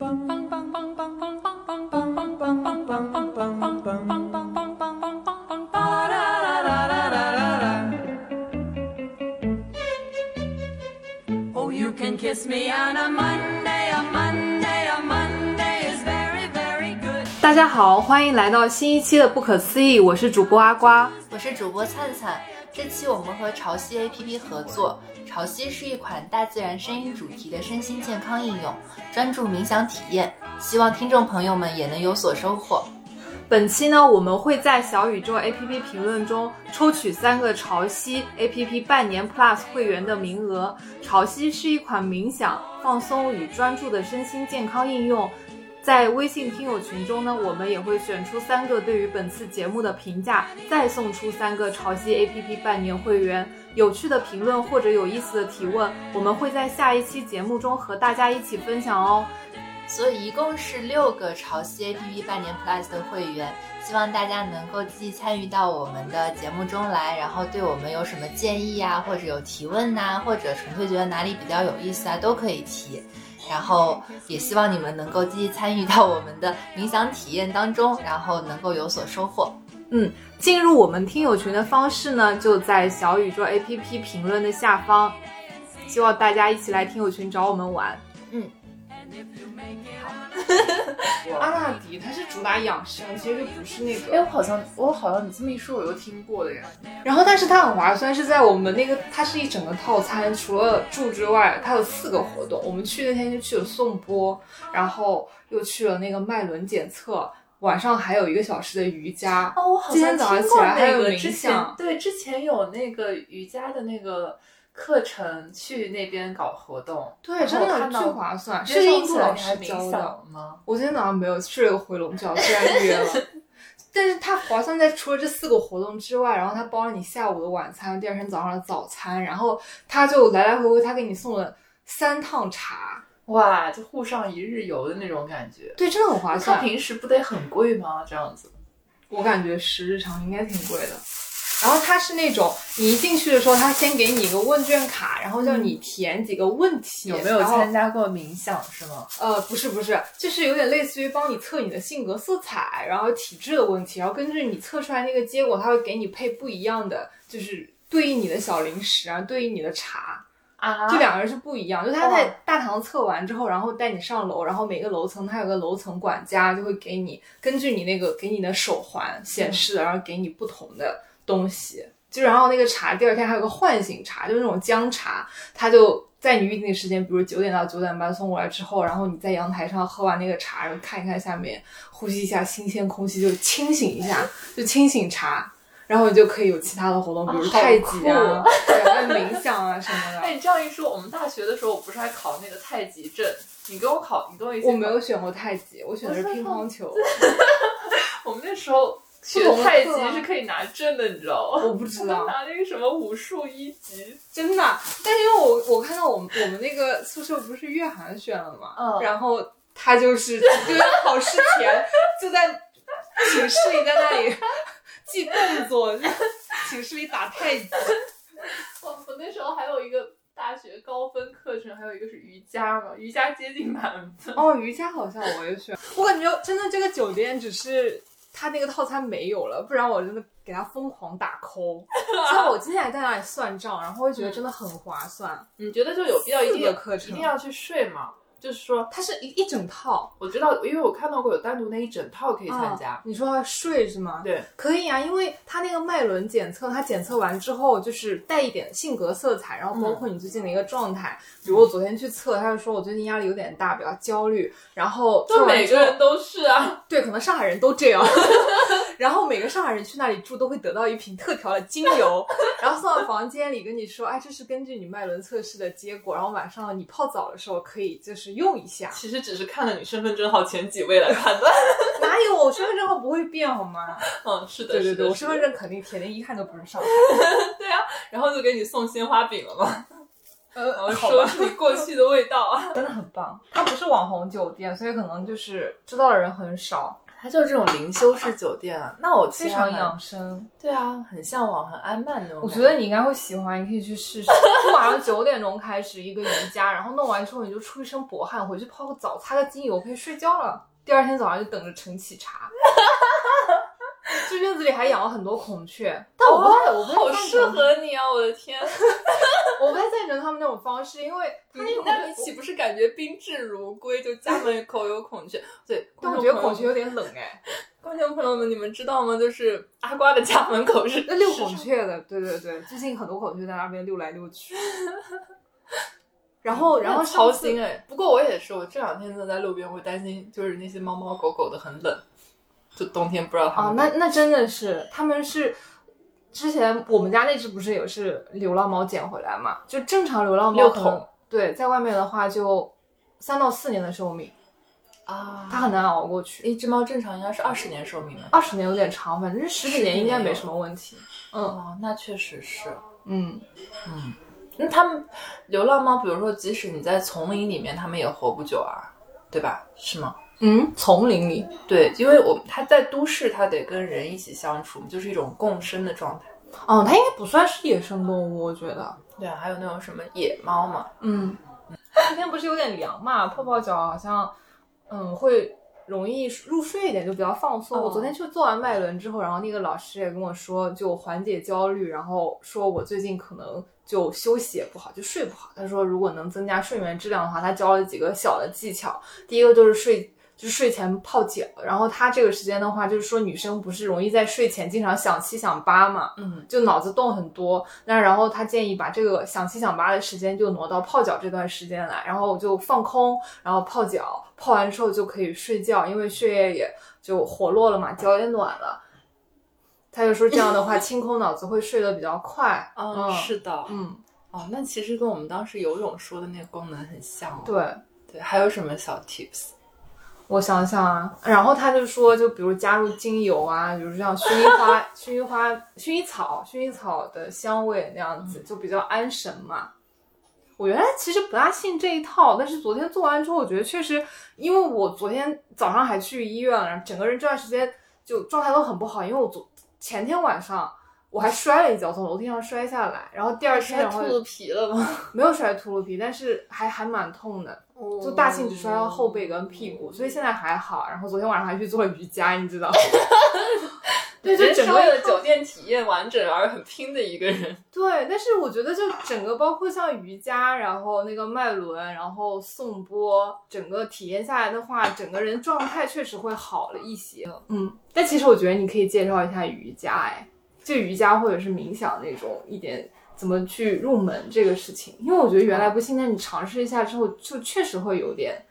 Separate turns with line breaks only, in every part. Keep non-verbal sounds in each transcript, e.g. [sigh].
Oh, Oh, you can kiss me on a Monday, a Monday, a Monday is very, very good.
大家好，欢迎来到新一期的《不可思议》，我是主播阿瓜。
我是主播灿灿，这期我们和潮汐 APP 合作。潮汐是一款大自然声音主题的身心健康应用，专注冥想体验，希望听众朋友们也能有所收获。
本期呢，我们会在小宇宙 APP 评论中抽取三个潮汐 APP 半年 Plus 会员的名额。潮汐是一款冥想、放松与专注的身心健康应用。在微信听友群中呢，我们也会选出三个对于本次节目的评价，再送出三个潮汐 APP 半年会员。有趣的评论或者有意思的提问，我们会在下一期节目中和大家一起分享哦。
所以一共是六个潮汐 APP 半年 Plus 的会员，希望大家能够积极参与到我们的节目中来，然后对我们有什么建议啊，或者有提问呐、或者纯粹觉得哪里比较有意思啊，都可以提。然后也希望你们能够积极参与到我们的冥想体验当中，然后能够有所收获。
进入我们听友群的方式呢，就在小宇宙 APP 评论的下方。希望大家一起来听友群找我们玩。
嗯
[laughs] 阿纳迪它是主打养生，其实就不是那
哎，
个。
我好像我好像你这么一说，我又听过的呀。
然后，但是它很划算，是在我们那个它是一整个套餐，除了住之外，它有四个活动。我们去那天就去了颂钵，然后又去了那个脉轮检测，晚上还有一个小时的瑜伽。
哦，我好
今天早上起来还有冥
之前
想
对之前有那个瑜伽的那个课程去那边搞活动，
对，真
我
的
看
巨
到
划算，是印度老
还
师
冥
教
想
的。
了吗？
我今天早上没有去了个回笼觉，虽然约了，但是它划算在除了这四个活动之外，然后它包了你下午的晚餐，第二天早上的早餐，然后它就来来回回，它给你送了三趟茶，
哇，就沪上一日游的那种感觉。
对，真的很划
它
算。
平时不得很贵吗？这样子，
我感觉十日常应该挺贵的。然后它是那种你一进去的时候，它先给你一个问卷卡，然后叫你填几个问题，
嗯有没有
然后
参加过冥想是吗？
呃，不是不是，就是有点类似于帮你测你的性格色彩，然后体质的问题，然后根据你测出来那个结果，它会给你配不一样的，就是对应你的小零食啊，对应你的茶，
啊哦
这两个人是不一样。就他
哇
在大堂测完之后，然后带你上楼，然后每个楼层它有个楼层管家，就会给你根据你那个给你的
嗯
手环显示的，然后给你不同的东西。就然后那个茶，第二天还有个唤醒茶，就是那种姜茶，它就在你预定的时间，比如九点到九点半送过来之后，然后你在阳台上喝完那个茶，然后看一看下面，呼吸一下新鲜空气，就清醒一下，就清醒茶，然后你就可以有其他的活动，比如
啊好
太极啊
酷，
对，还有冥想啊什么
哎，
的。
你这样一说，我们大学的时候，我不是还考那个太极阵？你跟我考，你跟我一起考。
我没有选过太极，我选的是乒乓球。
我们那时候学
不同的
太
课啊
极是可以拿证的，你知道吗？
我不知道，
拿那个什么武术一级，
真的。但是因为我我看到我们我们那个宿舍不是月涵选了嘛，
嗯
然后他就是就在考试前就在寝室里在那里记动作，就寝室里打太极。
我我那时候还有一个大学高分课程，还有一个是瑜伽嘛，瑜伽接近满分。
哦，瑜伽好像我也选，我感觉真的这个酒店只是。他那个套餐没有了，不然我真的给他疯狂打 [laughs] 扣。所以我今天还在那里算账，然后会觉得真的很划算。
你觉得就有必要一定
四个课程
一定要去睡吗？就是说，
它是一一整套，
我知道，因为我看到过有单独那一整套可以
嗯
参加。
你说要睡是吗？
对，
可以啊，因为它那个脉轮检测，它检测完之后就是带一点性格色彩，然
嗯
后包括你最近的一个状态。比如我昨天去测，他就说我最近压力有点大，比较焦虑。然后测
就
完
每
之
个
后
人 [laughs] 都是啊，
对，可能上海人都这样。 [laughs] 然后每个上海人去那里住都会得到一瓶特调的精油， [laughs] 然后送到房间里跟你说，哎，这是根据你脉轮测试的结果，然后晚上你泡澡的时候可以就是用一下。
其实只是看了你身份证号前几位来判断。
[laughs] 哪有我身份证号不会变
[laughs]
好吗？
嗯，是的，
对对
是的
对，我
是
身
的
份证肯定铁定一看就不是上海。
[laughs] 对啊，然后就给你送鲜花饼了嘛，然后
呃，好
说
吧，
出你过去的
[laughs]
味道啊。
真的很棒。它不是网红酒店，所以可能就是知道的人很少。
它就是这种灵修式酒店啊。那我其
非
实还
常
蛮
养生。
对啊，很向往，很安曼那种感。
我觉得你应该会喜欢，你可以去试试。就晚上九点钟开始一个瑜伽，然后弄完之后你就出一身薄汗，回去泡个澡，擦个精油，可以睡觉了。第二天早上就等着晨
[laughs]
起茶。这院子里还养了很多孔
[laughs]
雀，但我不太，我不
[laughs] 好
太赞
适
成，
合你啊！我的天，
我不太赞成他们那种方式，因为他那
那你岂不是感觉宾至如归？就家门口有孔雀，对，
但
观
我
众
觉得
朋友
孔雀有点冷
[laughs]
哎，
观众朋友们，你们知道吗？就是阿瓜的家门口是
那遛孔
[laughs]
雀的，对对对，最近很多孔雀在那边溜来溜去。然后，然后啊上
操
次
心哎。不过我也是，我这两天都在路边，我担心就是那些猫猫狗狗的很冷，就冬天不知道它
哦
啊，
们。
那那真的是，他们是之前我们家那只不是也是流浪猫捡回来嘛？就正常流浪猫
遛
可
狗
能对，在外面的话就三到四年的寿命，
啊
它很难熬过去。
一只猫正常应该是二十年寿命吧？
二十年有点长，反正十几年应该没
有
什么问题。嗯
哦，那确实是。
嗯，
那它们流浪猫，比如说，即使你在丛林里面，它们也活不久啊，对吧？是吗？
嗯，丛林里，
对，因为我它在都市，它得跟人一起相处，就是一种共生的状态。
哦，它应该不算是野生动物，我觉得。
对啊，还有那种什么野猫嘛，
嗯，今天不是有点凉嘛，泡泡脚好像，嗯，会容易入睡一点，就比较放松。
哦
我昨天去做完脉轮之后，然后那个老师也跟我说，就缓解焦虑，然后说我最近可能就休息也不好，就睡不好。他说如果能增加睡眠质量的话，他教了几个小的技巧，第一个就是睡。就睡前泡脚，然后他这个时间的话，就是说女生不是容易在睡前经常想七想八嘛，
嗯，
就脑子动很多。那然后他建议把这个想七想八的时间就挪到泡脚这段时间来，然后就放空，然后泡脚，泡完之后就可以睡觉，因为血液也就活络了嘛，脚也暖了。他就说这样的话，清空脑子会睡得比较快。嗯，
哦是的，
嗯，
哦，那其实跟我们当时游泳说的那个功能很像、哦。
对。
对，还有什么小 tips？
我想想啊，然后他就说，就比如加入精油啊，比如像薰衣花、薰衣花、薰衣草、薰衣草的香味那样子，就比较安神嘛。我原来其实不大信这一套，但是昨天做完之后，我觉得确实，因为我昨天早上还去医院了，然后整个人这段时间就状态都很不好，因为我昨前天晚上我还摔了一跤，从楼梯上摔下来，然后第二天然后
皮了吗？
[laughs] 没有摔秃噜皮，但是还还蛮痛的，就大幸只摔到后背跟屁股，所以现在还好。然后昨天晚上还去做了瑜伽，你知 [laughs] 道？对，就整
是为
个
了酒店体验完整而很拼的一个人。
对，但是我觉得就整个包括像瑜伽，然后那个脉轮，然后颂钵，整个体验下来的话，整个人状态确实会好了一些。嗯，但其实我觉得你可以介绍一下瑜伽，哎，就瑜伽或者是冥想那种一点。怎么去入门这个事情？因为我觉得原来不信，但你尝试一下之后，就确实会有点，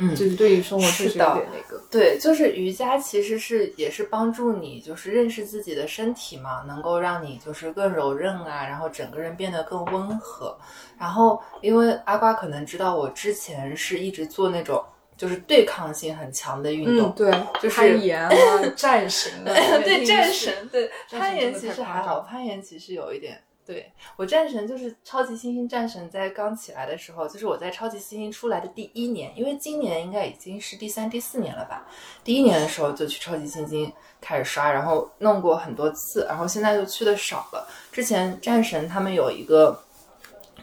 嗯
就是对于生活确
是
实有
的
点那个。
对，就是瑜伽其实是也是帮助你就是认识自己的身体嘛，能够让你就是更柔韧啊，然后整个人变得更温和。然后因为阿瓜可能知道我之前是一直做那种就是对抗性很强的运动，
嗯，对，
就是，
攀岩啊，战神啊
对战神，对
战神
攀
真
岩
的
其
太
实
夸
还
张
好，
了
攀岩其实有一点。对我战神就是超级星星战神，在刚起来的时候，就是我在超级星星出来的第一年，因为今年应该已经是第三、第四年了吧。第一年的时候就去超级星星开始刷，然后弄过很多次，然后现在就去的少了。之前战神他们有一个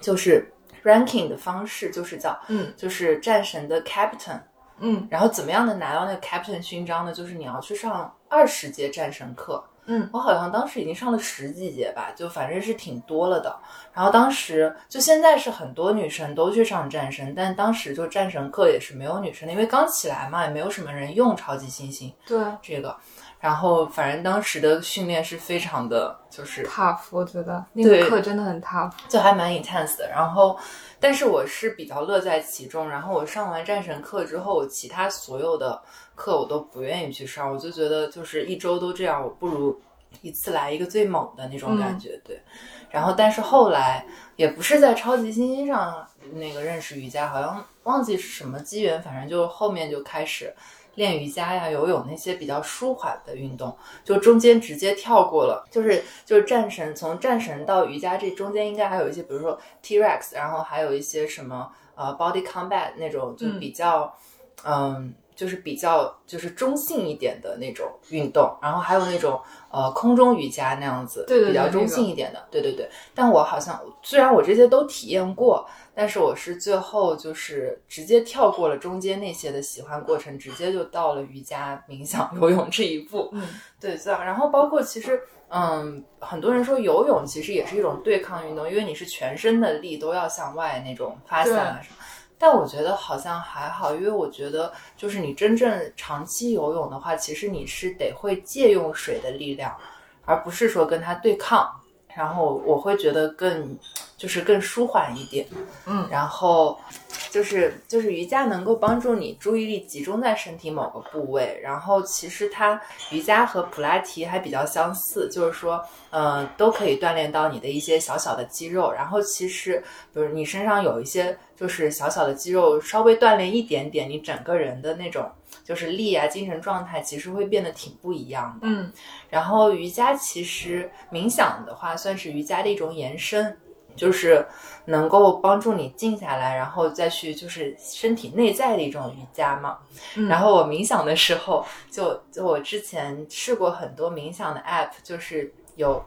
就是 ranking 的方式，就是叫
[laughs] 嗯
就是战神的 captain，
嗯
然后怎么样能拿到那个 captain 勋章呢？就是你要去上二十节战神课。
嗯，
我好像当时已经上了十几节吧，就反正是挺多了的。然后当时就现在是很多女生都去上战神，但当时就战神课也是没有女生的，因为刚起来嘛，也没有什么人用超级新星
对
这个。然后反正当时的训练是非常的，就是
，tough，我觉得那个
对
课真的很 tough。
就还蛮 intense 的。然后，但是我是比较乐在其中。然后我上完战神课之后，我其他所有的课我都不愿意去上，我就觉得就是一周都这样，我不如一次来一个最猛的那种感觉。对。然后，但是后来也不是在超级星星上那个认识瑜伽，好像忘记是什么机缘，反正就后面就开始。练瑜伽呀、游泳那些比较舒缓的运动，就中间直接跳过了，就是就是战神，从战神到瑜伽这中间应该还有一些，比如说 T Rex，然后还有一些什么呃 Body Combat 那种就比较嗯就是比较就是中性一点的那种运动，然后还有那种呃空中瑜伽那样子，
对对对
比较中性一点的，对对对。但我好像虽然我这些都体验过，但是我是最后就是直接跳过了中间那些的喜欢过程，直接就到了瑜伽、冥想、游泳这一步。
嗯，
对，这样。然后包括其实。嗯，很多人说游泳其实也是一种对抗运动，因为你是全身的力都要向外那种发散啊什么。但我觉得好像还好，因为我觉得就是你真正长期游泳的话，其实你是得会借用水的力量，而不是说跟它对抗。然后我会觉得更就是更舒缓一点，
嗯，
然后就是就是瑜伽能够帮助你注意力集中在身体某个部位，然后其实它瑜伽和普拉提还比较相似，就是说，呃，都可以锻炼到你的一些小小的肌肉，然后其实比如你身上有一些就是小小的肌肉，稍微锻炼一点点，你整个人的那种就是力啊、精神状态，其实会变得挺不一样的。
嗯，
然后瑜伽其实冥想的话，算是瑜伽的一种延伸，就是能够帮助你静下来，然后再去就是身体内在的一种瑜伽嘛。
嗯
然后我冥想的时候，就就我之前试过很多冥想的 app，就是有，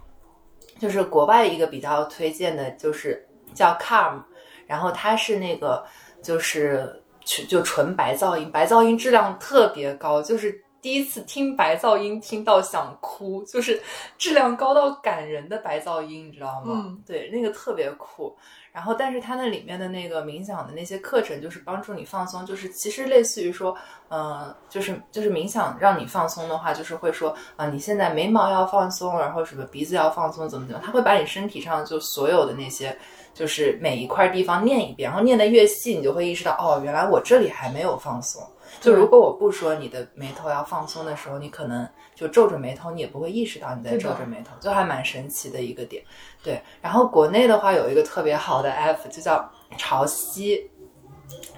就是国外一个比较推荐的，就是叫 Calm，然后它是那个就是就就纯白噪音，白噪音质量特别高，就是。第一次听白噪音，听到想哭，就是质量高到感人的白噪音，你知道吗？
嗯、
对，那个特别酷。然后，但是它那里面的那个冥想的那些课程，就是帮助你放松，就是其实类似于说，嗯，就是就是冥想让你放松的话，就是会说啊、你现在眉毛要放松，然后什么鼻子要放松，怎么怎么，他会把你身体上就所有的那些，就是每一块地方念一遍，然后念得越细，你就会意识到哦，原来我这里还没有放松。就如果我不说你的眉头要放松的时候，你可能就皱着眉头，你也不会意识到你在皱着眉头，就还蛮神奇的一个点。对，然后国内的话有一个特别好的 app，就叫潮汐，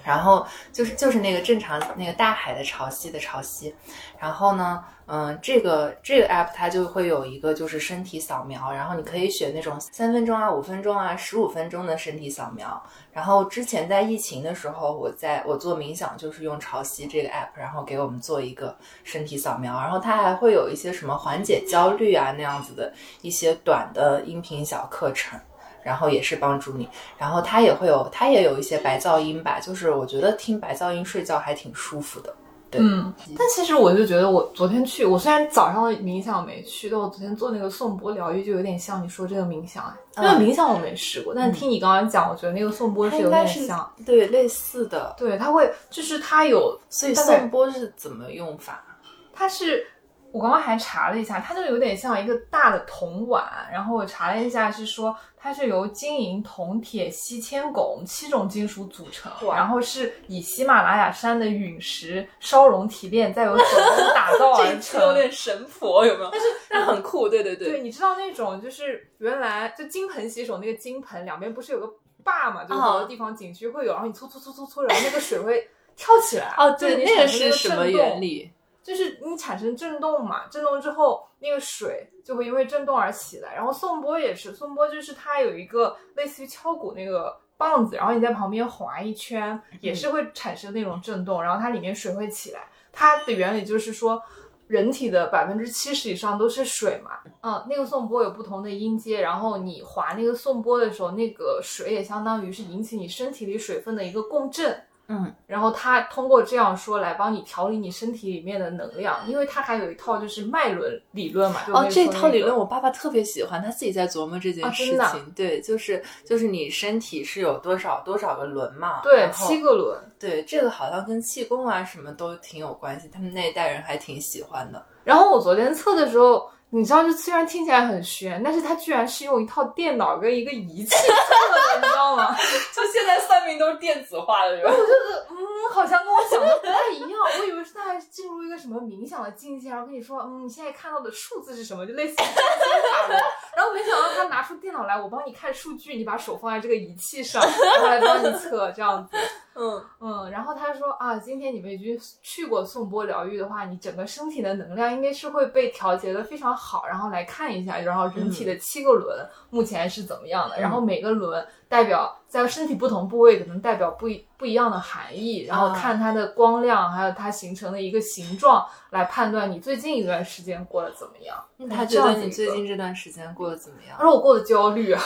然后就是就是那个正常那个大海的潮汐的潮汐，然后呢，嗯、这个这个 app 它就会有一个就是身体扫描，然后你可以选那种三分钟啊、五分钟啊、十五分钟的身体扫描。然后之前在疫情的时候，我在我做冥想就是用潮汐这个 app，然后给我们做一个身体扫描，然后它还会有一些什么缓解焦虑啊那样子的一些短的音频小课程。然后也是帮助你，然后它也会有，它也有一些白噪音吧，就是我觉得听白噪音睡觉还挺舒服的。
嗯，但其实我就觉得，我昨天去，我虽然早上的冥想没去，但我昨天做那个颂钵疗愈，就有点像你说这个冥想。哎，
嗯
那个冥想我没试过，但听你刚刚讲，我觉得那个颂钵是有点像。
对类似的，
对，它会就是它有，
所以
大概
颂钵是怎么用法？
它是我刚刚还查了一下，它就有点像一个大的铜碗，然后我查了一下是说它是由金银铜铁锡铅汞七种金属组成，
哇
然后是以喜马拉雅山的陨石烧熔提炼，再由手工打造
[laughs]
而成。
神婆有没 [laughs] 有？但是但很酷，对对
对，你知道那种就是原来就金盆洗手那个金盆两边不是有个坝嘛？就是
嗯
好多地方景区会有，然后你搓搓搓搓搓，然后那个水会跳起来。
哦，
就是
对，
你
那
产
个
生
是什么
震
原
动？
理？哦
就是你产生震动嘛，震动之后那个水就会因为震动而起来。然后颂钵也是，颂钵就是它有一个类似于敲鼓那个棒子，然后你在旁边划一圈，也是会产生那种震动，然后它里面水会起来。它的原理就是说。人体的百分之七十以上都是水嘛，嗯，那个颂钵有不同的音阶，然后你划那个颂钵的时候，那个水也相当于是引起你身体里水分的一个共振，
嗯，
然后它通过这样说来帮你调理你身体里面的能量，因为它还有一套就是脉轮理论嘛，就我
哦，
跟你
这
说
套
那
理
个
论我爸爸特别喜欢，他自己在琢磨这件
啊
事
真
情。
的
对，就是就是你身体是有多少多少个轮嘛？
对
然后
七个轮，
对，这个好像跟气功啊什么都挺有关系，他们那一代人还挺喜欢的。
然后我昨天测的时候，你知道，就虽然听起来很玄，但是它居然是用一套电脑跟一个仪器测的，你知道吗？
就现在算命都是电子化的， [laughs] 人。
嗯，好像跟我想的不太一样，我以为是他还进入一个什么冥想的境界，然后跟你说，嗯，你现在看到的数字是什么，就类似于这种塔罗。然后没想到他拿出电脑来，我帮你看数据，你把手放在这个仪器上，然后来帮你测这样子。
嗯
嗯，然后他说啊，今天你们已经去过颂钵疗愈的话，你整个身体的能量应该是会被调节的非常好。然
嗯
后来看一下，然后人体的七个轮目前是怎么样的，然后每个轮代表在身体不同部位可能代表不一不一样的含义，然
啊
后看它的光亮，还有它形成的一个形状来判断你最近一段时间过得怎么样。
他觉得你最近这段时间过得怎么样
他？说我过得焦虑啊，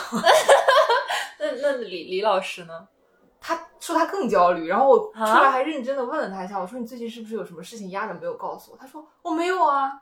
那那李李老师呢？
他说他更焦虑，然后我出来还认真的问了他一下，我说你最近是不是有什么事情压着没有告诉我？他说我没有啊。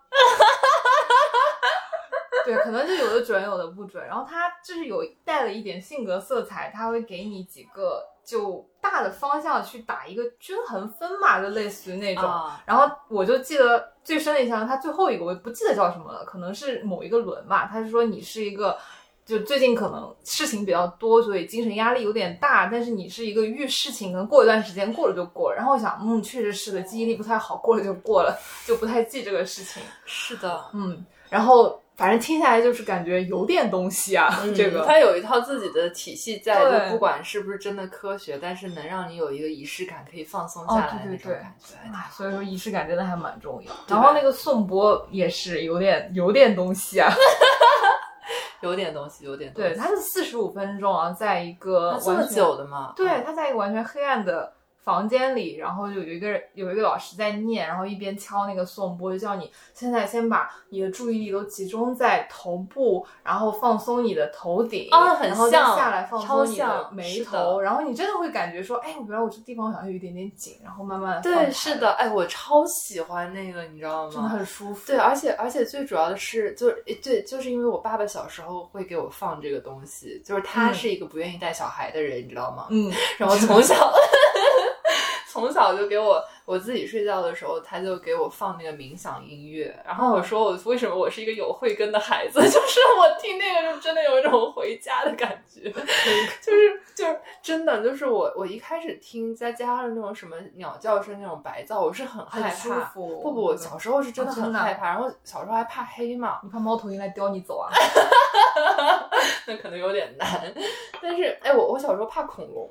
[laughs] 对，可能就有的准，有的不准。然后他就是有带了一点性格色彩，他会给你几个就大的方向去打一个均衡分嘛，就类似于那种。
啊，
然后我就记得最深的印象，他最后一个我也不记得叫什么了，可能是某一个轮吧。他是说你是一个，就最近可能事情比较多，所以精神压力有点大，但是你是一个遇事情可能过一段时间过了就过了。然后我想，嗯，确实是的，记忆力不太好，过了就过了，就不太记这个事情。
是的，
嗯，然后反正听下来就是感觉有点东西啊，这个
嗯他有一套自己的体系在，
对
就不管是不是真的科学，但是能让你有一个仪式感，可以放松下
哦
来
对
那
对
种
对
感觉。哎
哎所以说仪式感真的还蛮重要。
对吧
然后那个宋波也是有点有点东西啊，
有点东西，有点东西。
对，他是四十五分钟啊，在一
他
个
这么
完全
久的哦吗？
对，他在一个完全黑暗的房间里，然后就有一个人有一个老师在念，然后一边敲那个颂钵，就叫你现在先把你的注意力都集中在头部，然后放松你的头顶，
啊很
然后再
像
下来放
超
松你的
像
眉
是
头，
的
然后你真的会感觉说，哎，原来我这地方好像有一点点紧，然后慢慢地放
对，
开
是的，哎，我超喜欢那个，你知道
真的
吗？
很舒服。
对，而且而且最主要的是，就是诶对，就是因为我爸爸小时候会给我放这个东西，就是他
嗯
是一个不愿意带小孩的人，你知道吗？
嗯，
然后从小 [laughs] 从小就给我我自己睡觉的时候，他就给我放那个冥想音乐。然后我说我为什么我是一个有慧根的孩子， [laughs] 就是我听那个就真的有一种回家的感觉，就是就是真的就是我我一开始听再加上那种什么鸟叫声那种白噪，我是很害
很舒
怕。
服。
不不，我小时候是真的
啊真
很
的
害怕，然后小时候还怕黑嘛，
你怕猫头鹰来叼你走啊？
那可能有点难。 [laughs] 但是，哎，我我小时候怕恐龙，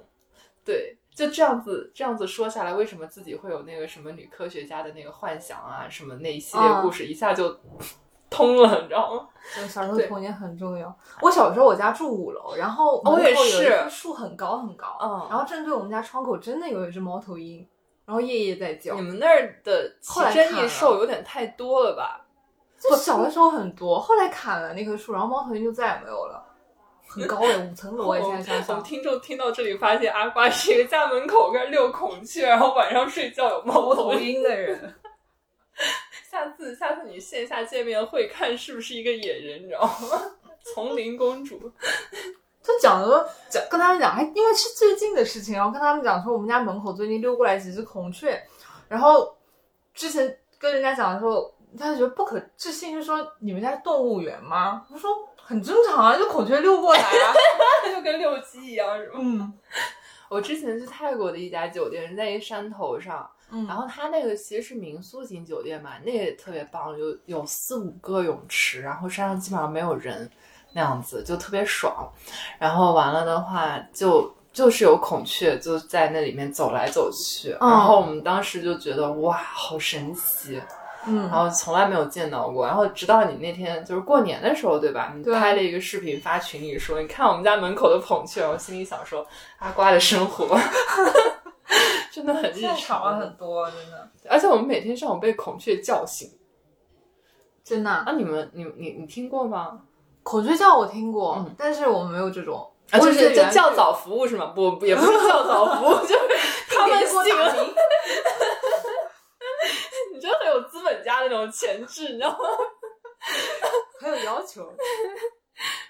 对，就这样子这样子说下来，为什么自己会有那个什么女科学家的那个幻想啊，什么那一系列
嗯
故事，一下就 [laughs] 通了，你知道吗？
对，小时候
对
童年很重要。我小时候我家住五楼，然后门
我也
口有一
是
棵树很高很高，
嗯
然后正对我们家窗口真的有一只猫头鹰，然后夜夜在叫
你。们那儿的奇
后来
珍
看
异
了
兽有点太多了吧？
就小的时候很多，后来砍了那棵树，然后猫头鹰就再也没有了。很高哎，五层楼哎，现在
我
想
们
想，
听众听到这里，发现阿瓜是一个家门口跟遛孔雀，然后晚上睡觉有猫
猫
头
头
鹰。
鹰的人，
下次下次你线下见面会，看是不是一个野人，你知道吗？ [laughs] 丛林公主。 [laughs]
就讲的讲跟他们讲，还因为是最近的事情，然后跟他们讲说我们家门口最近溜过来几只孔雀，然后之前跟人家讲的时候，他就觉得不可置信，就说你们家是动物园吗？我说很正常啊，就孔雀溜过来啊。
就跟遛鸡一样，是吗？
嗯
我之前去泰国的一家酒店，是在一山头上，
嗯
然后它那个其实是民宿型酒店嘛，那也特别棒，有有四五个泳池，然后山上基本上没有人，那样子就特别爽。然后完了的话就。就是有孔雀就在那里面走来走去，
嗯
然后我们当时就觉得哇，好神奇，然
嗯，
后从来没有见到过。然后直到你那天就是过年的时候，对吧？你
对
拍了一个视频发群里说，你看我们家门口的孔雀，我心里想说，阿瓜的生活 [laughs] 真的很日常
了啊很多，真的
而且我们每天上午被孔雀叫醒
真的啊、
啊！你们，你你你听过吗？
孔雀叫我听过，
嗯
但是我没有这种，
啊，就
我只
是
是
就
原
较早服务是吗？不，不也不是较早服务， [laughs] 就是他们
给我
性格
打鸣，
你真的很有资本家的那种潜质，你知道吗？
很有要求。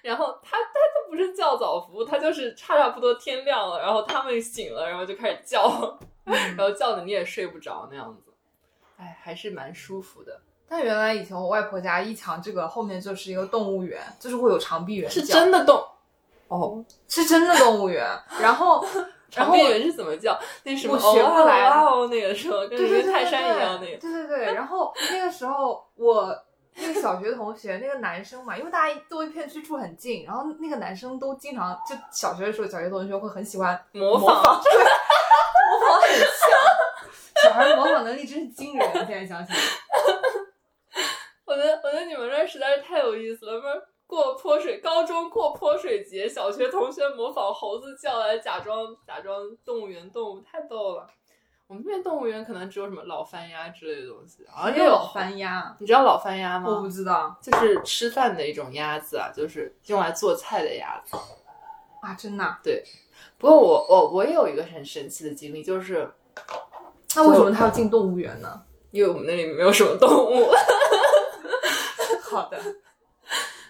然后他他就不是叫早服务，他就是差差不多天亮了，然后他们醒了，然后就开始叫，
嗯
[laughs] 然后叫的你也睡不着那样子，哎，还是蛮舒服的。
但原来以前我外婆家一墙这个后面就是一个动物园，就是会有长臂猿叫，
是真的动哦，
是真的动物园。然
[laughs]
后，然
长
后
臂猿是怎么叫？那什么
我学不来
哇哦哇哦那个什么，跟
对对
跟
对
泰山一样那
对
个，
对对对。然后那个时候我。那个小学同学，那个男生嘛，因为大家都一片区住很近，然后那个男生都经常就小学的时候，小学同学会很喜
[laughs]
欢
模
模
仿
模仿很像，小孩模仿能力真是惊人。
[laughs]
现在想想，
我觉得，我觉得你们这儿实在是太有意思了，不是过泼水，高中过泼水节，小学同学模仿猴子叫来假装假装动物园动物，太逗了。我们这边动物园可能只有什么老番鸭之类的东西，而且
有翻鸭，
你知道老番鸭吗？
我不知道
就是吃饭的一种鸭子啊，就是用来做菜的鸭子。
啊，真的啊、
不过我我我也有一个很神奇的经历，就是
那为什么他要进动物园
[laughs]
呢？
因为我们那里没有什么动物。
好的，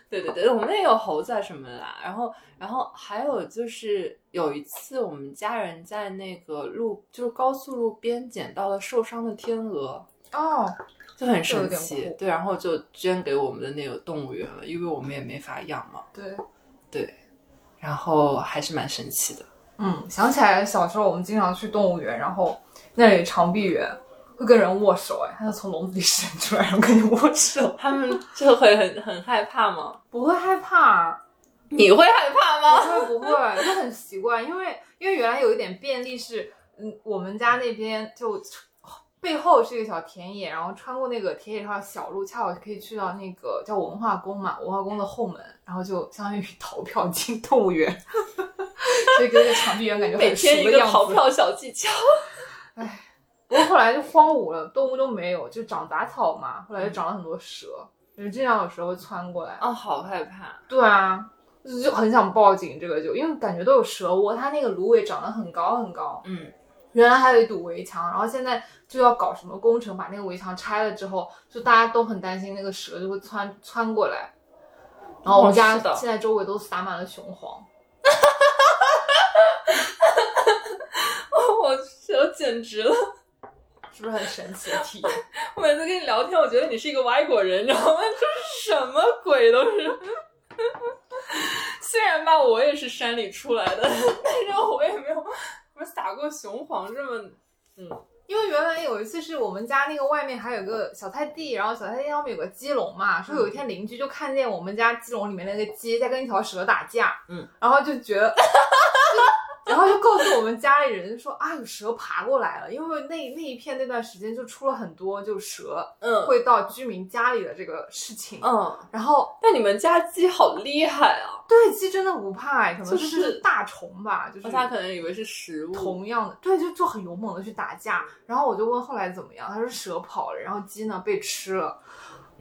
对对对，我们那有猴子啊什么的啦。然后，然后还有就是有一次，我们家人在那个路，就是高速路边捡到了受伤的天鹅，
哦，
就很神
这有
奇
点。
对，然后就捐给我们的那个动物园了，因为我们也没法养嘛。
对，
对，然后还是蛮神奇的。
嗯，想起来小时候我们经常去动物园，然后那里长臂猿会跟人握手，哎，他就从笼子里伸出来，然后跟你握手，
他们就会很很害怕吗？
不会害怕，
你会害怕吗？
不会不会，就很奇怪，因为因为原来有一点便利是，嗯，我们家那边就背后是一个小田野，然后穿过那个田野上的小路，恰好可以去到那个叫文化宫嘛，文化宫的后门，然后就相当于 [laughs] 逃票进动物园， [laughs] 所以跟那个长臂猿感觉
每
很熟
天一
的
个
样
逃
子。
票小技巧。
不过后来就荒芜了，动物都没有，就长杂草嘛，后来就长了很多蛇，就是经常有蛇会窜过来。
哦，好害怕。
对啊，就就很想报警这个就，因为感觉都有蛇窝，它那个芦苇长得很高很高，
嗯， [laughs]
原来还有一堵围墙，然后现在就要搞什么工程，把那个围墙拆了之后，就大家都很担心那个蛇就会窜窜过来，然后我们
哦
家
是的
现在周围都撒满了雄黄，
我我简直了！
是不是很神奇的体验？
[laughs] 我每次跟你聊天，我觉得你是一个外国人，你知道吗？ [laughs] 就是什么鬼都是。虽然吧，我也是山里出来的，但 [laughs] 是我也没有什么撒过雄黄这么。
因为原来有一次是我们家那个外面还有个小菜地，然后小菜地上面有个鸡笼嘛，说有
嗯
一天邻居就看见我们家鸡笼里面那个鸡在跟一条蛇打架，
嗯，
然后就觉得就，然后就告诉我们家里人就说啊有蛇爬过来了，因为那那一片那段时间就出了很多就蛇
嗯
会到居民家里的这个事情，
嗯，
然后
但你们家鸡好厉害啊！
对鸡真的不怕哎，可能
就是是
就是大虫吧，就是
他可能以为是食物。
同样的，对，就就很勇猛的去打架。然后我就问后来怎么样，他说蛇跑了，然后鸡呢被吃了，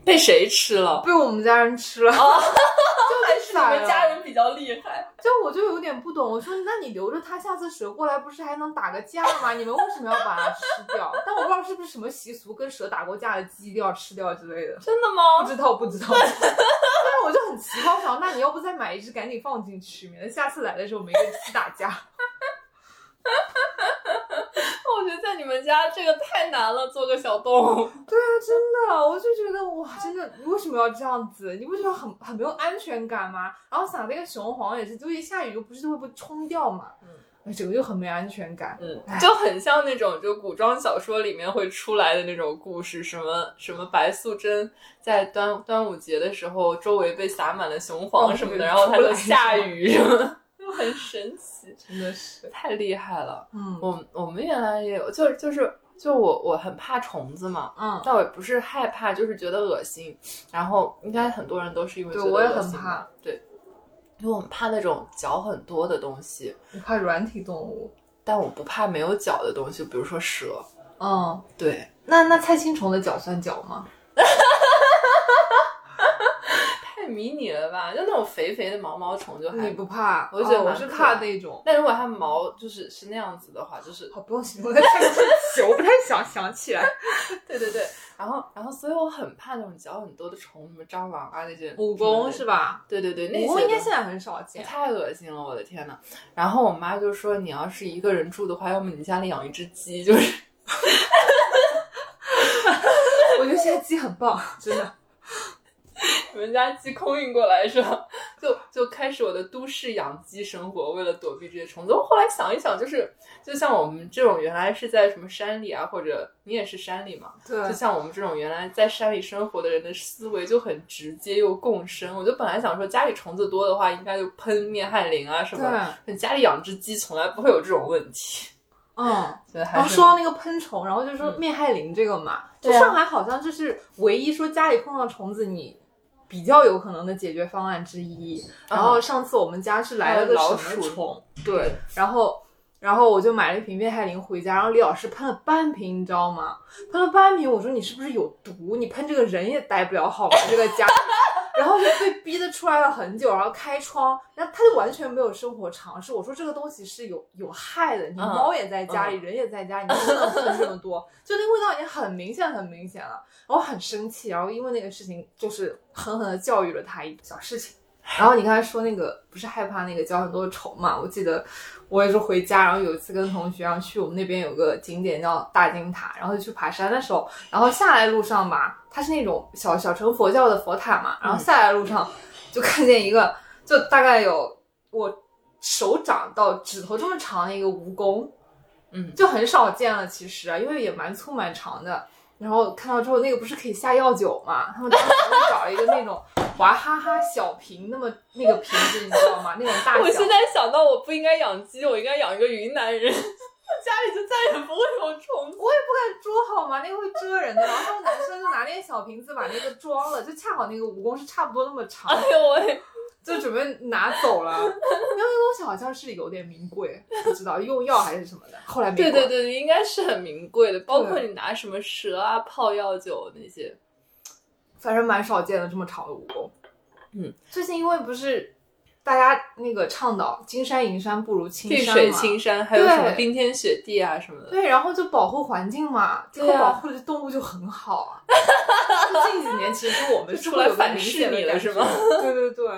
被谁吃 [laughs] 了？
被我们家人吃了， [laughs] 就被
哦是
吃
你
了。
们家人比较厉害。
就我就有点不懂，我说那你留着它，下次蛇过来不是还能打个架吗？你们为什么要把它吃掉？但我不知道是不是什么习俗，跟蛇打过架的鸡一定要吃掉之类的。
真的
不
吗？
知道，不知道。
哦
[laughs] 但是我就很奇怪，我想，那你要不再买一只，赶紧放进去，免得下次来的时候没跟鸡打架。
[laughs] 我觉得在你们家这个太难了，做个小动物。
对啊，真的，我就觉得哇，真的，你为什么要这样子？你不觉得很很没有安全感吗？然后撒那个雄黄也是，就一下雨就不是就会被冲掉嘛，嗯，整个就很没安全感。
嗯
唉，
就很像那种就古装小说里面会出来的那种故事，什么什么白素贞在端端午节的时候，周围被撒满了雄黄什么的，
哦
然后她
出
就
来
下雨什么的，就很神奇，
真的是，
太厉害了。
嗯
我我们原来也有，就是就是就我我很怕虫子嘛，
嗯，
但我也不是害怕，就是觉得恶心。然后应该很多人都是因为
对
觉得
我也
恶
很
心
怕
吧，对，因为我很怕那种脚很多的东西，
我怕软体动物。
但我不怕没有脚的东西，比如说蛇。
嗯，
对，
那那菜青虫的脚算脚吗？
太迷你了吧？就那种肥肥的毛毛虫就还
你不怕？
我觉得
哦我
蛮
是
可
怕
爱
那种。
但如果它毛就是是那样子的话，就是 [laughs]
哦好，不用形容那菜青虫， [laughs] 我不太想想 [laughs] 起来。
对对对，然后然后所以我很怕那种脚很多的虫，什么蟑螂啊那些，
蜈蚣是？吧？
对对对，那
蜈
些
蚣应该
都
现在很少见。
太恶心了，我的天呐。然后我妈就说，你要是一个人住的话，要么你家里养一只鸡，
[laughs]
就是
我觉得现在鸡很棒，真的。
你们家鸡空运过来是吧？ [laughs] 就就开始我的都市养鸡生活，为了躲避这些虫子。我后来想一想，就是就像我们这种原来是在什么山里啊，或者你也是山里嘛，
[laughs] 对
就像我们这种原来在山里生活的人的思维就很直接又共生。我就本来想说家里虫子多的话，应该就喷灭汗灵啊什么的，但家里养只鸡从来不会有这种问题。哦
嗯。
所以还
然后
是
说到那个喷虫，然后就说
嗯
面害林这个嘛，就
对啊
上海好像这是唯一说家里碰到虫子你比较有可能的解决方案之一。然后上次我们家是来了个
还嗯有老
什么
鼠嗯
虫，对，然后然后我就买了一瓶变态灵回家，然后李老师喷了半瓶，你知道吗？喷了半瓶，我说你是不是有毒？你喷这个人也待不了好吗？这个家里。 [laughs] 然后就被逼的出来了很久，然后开窗，然后他就完全没有生活常识。我说这个东西是有有害的，你
嗯
猫也在家里，人也在家，你不能喷这么多，就那个味道已经很明显很明显了。然后我很生气，然后因为那个事情就是狠狠的教育了他一小事情。然后你刚才说那个不是害怕那个交很多虫嘛？我记得我也是回家，然后有一次跟同学然后去我们那边有个景点叫大金塔，然后就去爬山的时候，然后下来路上吧，它是那种小小乘佛教的佛塔嘛，然后下来路上就看见一个，就大概有我手掌到指头这么长的一个蜈蚣，
嗯
就很少见了，其实啊因为也蛮粗蛮长的。然后看到之后，那个不是可以下药酒嘛？他们当时就找了一个那种娃哈哈小瓶，那么那个瓶子，你知道吗？那种大小。
我现在想到，我不应该养鸡，我应该养一个云南人，家里就再也不会有虫子。
我也不敢捉好吗？那个会蛰人的。然后他们男生就拿那个小瓶子把那个装了，就恰好那个蜈蚣是差不多那么长，
哎呦喂，
就准备拿走了。然后那个东西好像是有点名贵，不知道用药还是什么的。后来没
对
管
对对，应该是很名贵的，包括你拿什么蛇啊、泡药酒那些。
反正蛮少见的这么长的蜈蚣。
嗯，
最近因为不是大家那个倡导金山银山不如青
碧
山
水
嘛
青山，还有什么
对
冰天雪地啊什么的。
对，然后就保护环境嘛，结果
对啊
保护的动物就很好
[laughs]
啊。就近几年其实我们是
就出
会
来
有个
反
明
噬
显的
你了
感
是
觉
吗？
对对
[laughs]
对。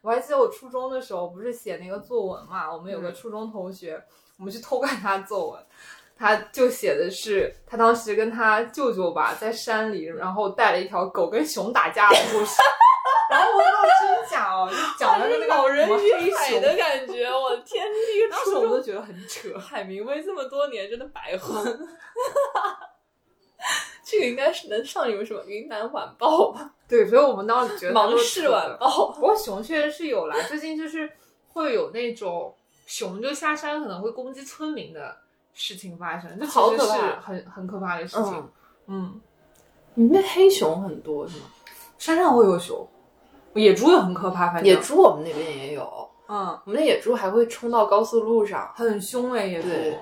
我还记得我初中的时候，不是写那个作文嘛，我们
嗯
有个初中同学，我们去偷看他作文，他就写的是他当时跟他舅舅吧在山
嗯
里，然后带了一条狗跟熊打架的
[laughs]
故事。然后我不知道真假哦，就讲了个那个
老人
什么黑
与海
熊，
的感觉，我的天，这个
当
[laughs] 初
时我们
中
都觉得很扯。
海明威这么多年真的白混。这个应该是能上你们什么《云南晚报》吧，
对，所以我们当时觉
《
得他
芒
都是
市
扯的
晚报》。
不过熊确实是有啦，最近就是会有那种熊就下山可能会攻击村民的事情发生，这
好
其
可
实是
怕
很很可怕的事情。
嗯，
嗯
你们那黑熊很多是吗？
山上会有熊，野猪也很可怕，反正
野猪我们那边也有，
嗯
我们那野猪还会冲到高速路上，
很凶哎、野
对
猪。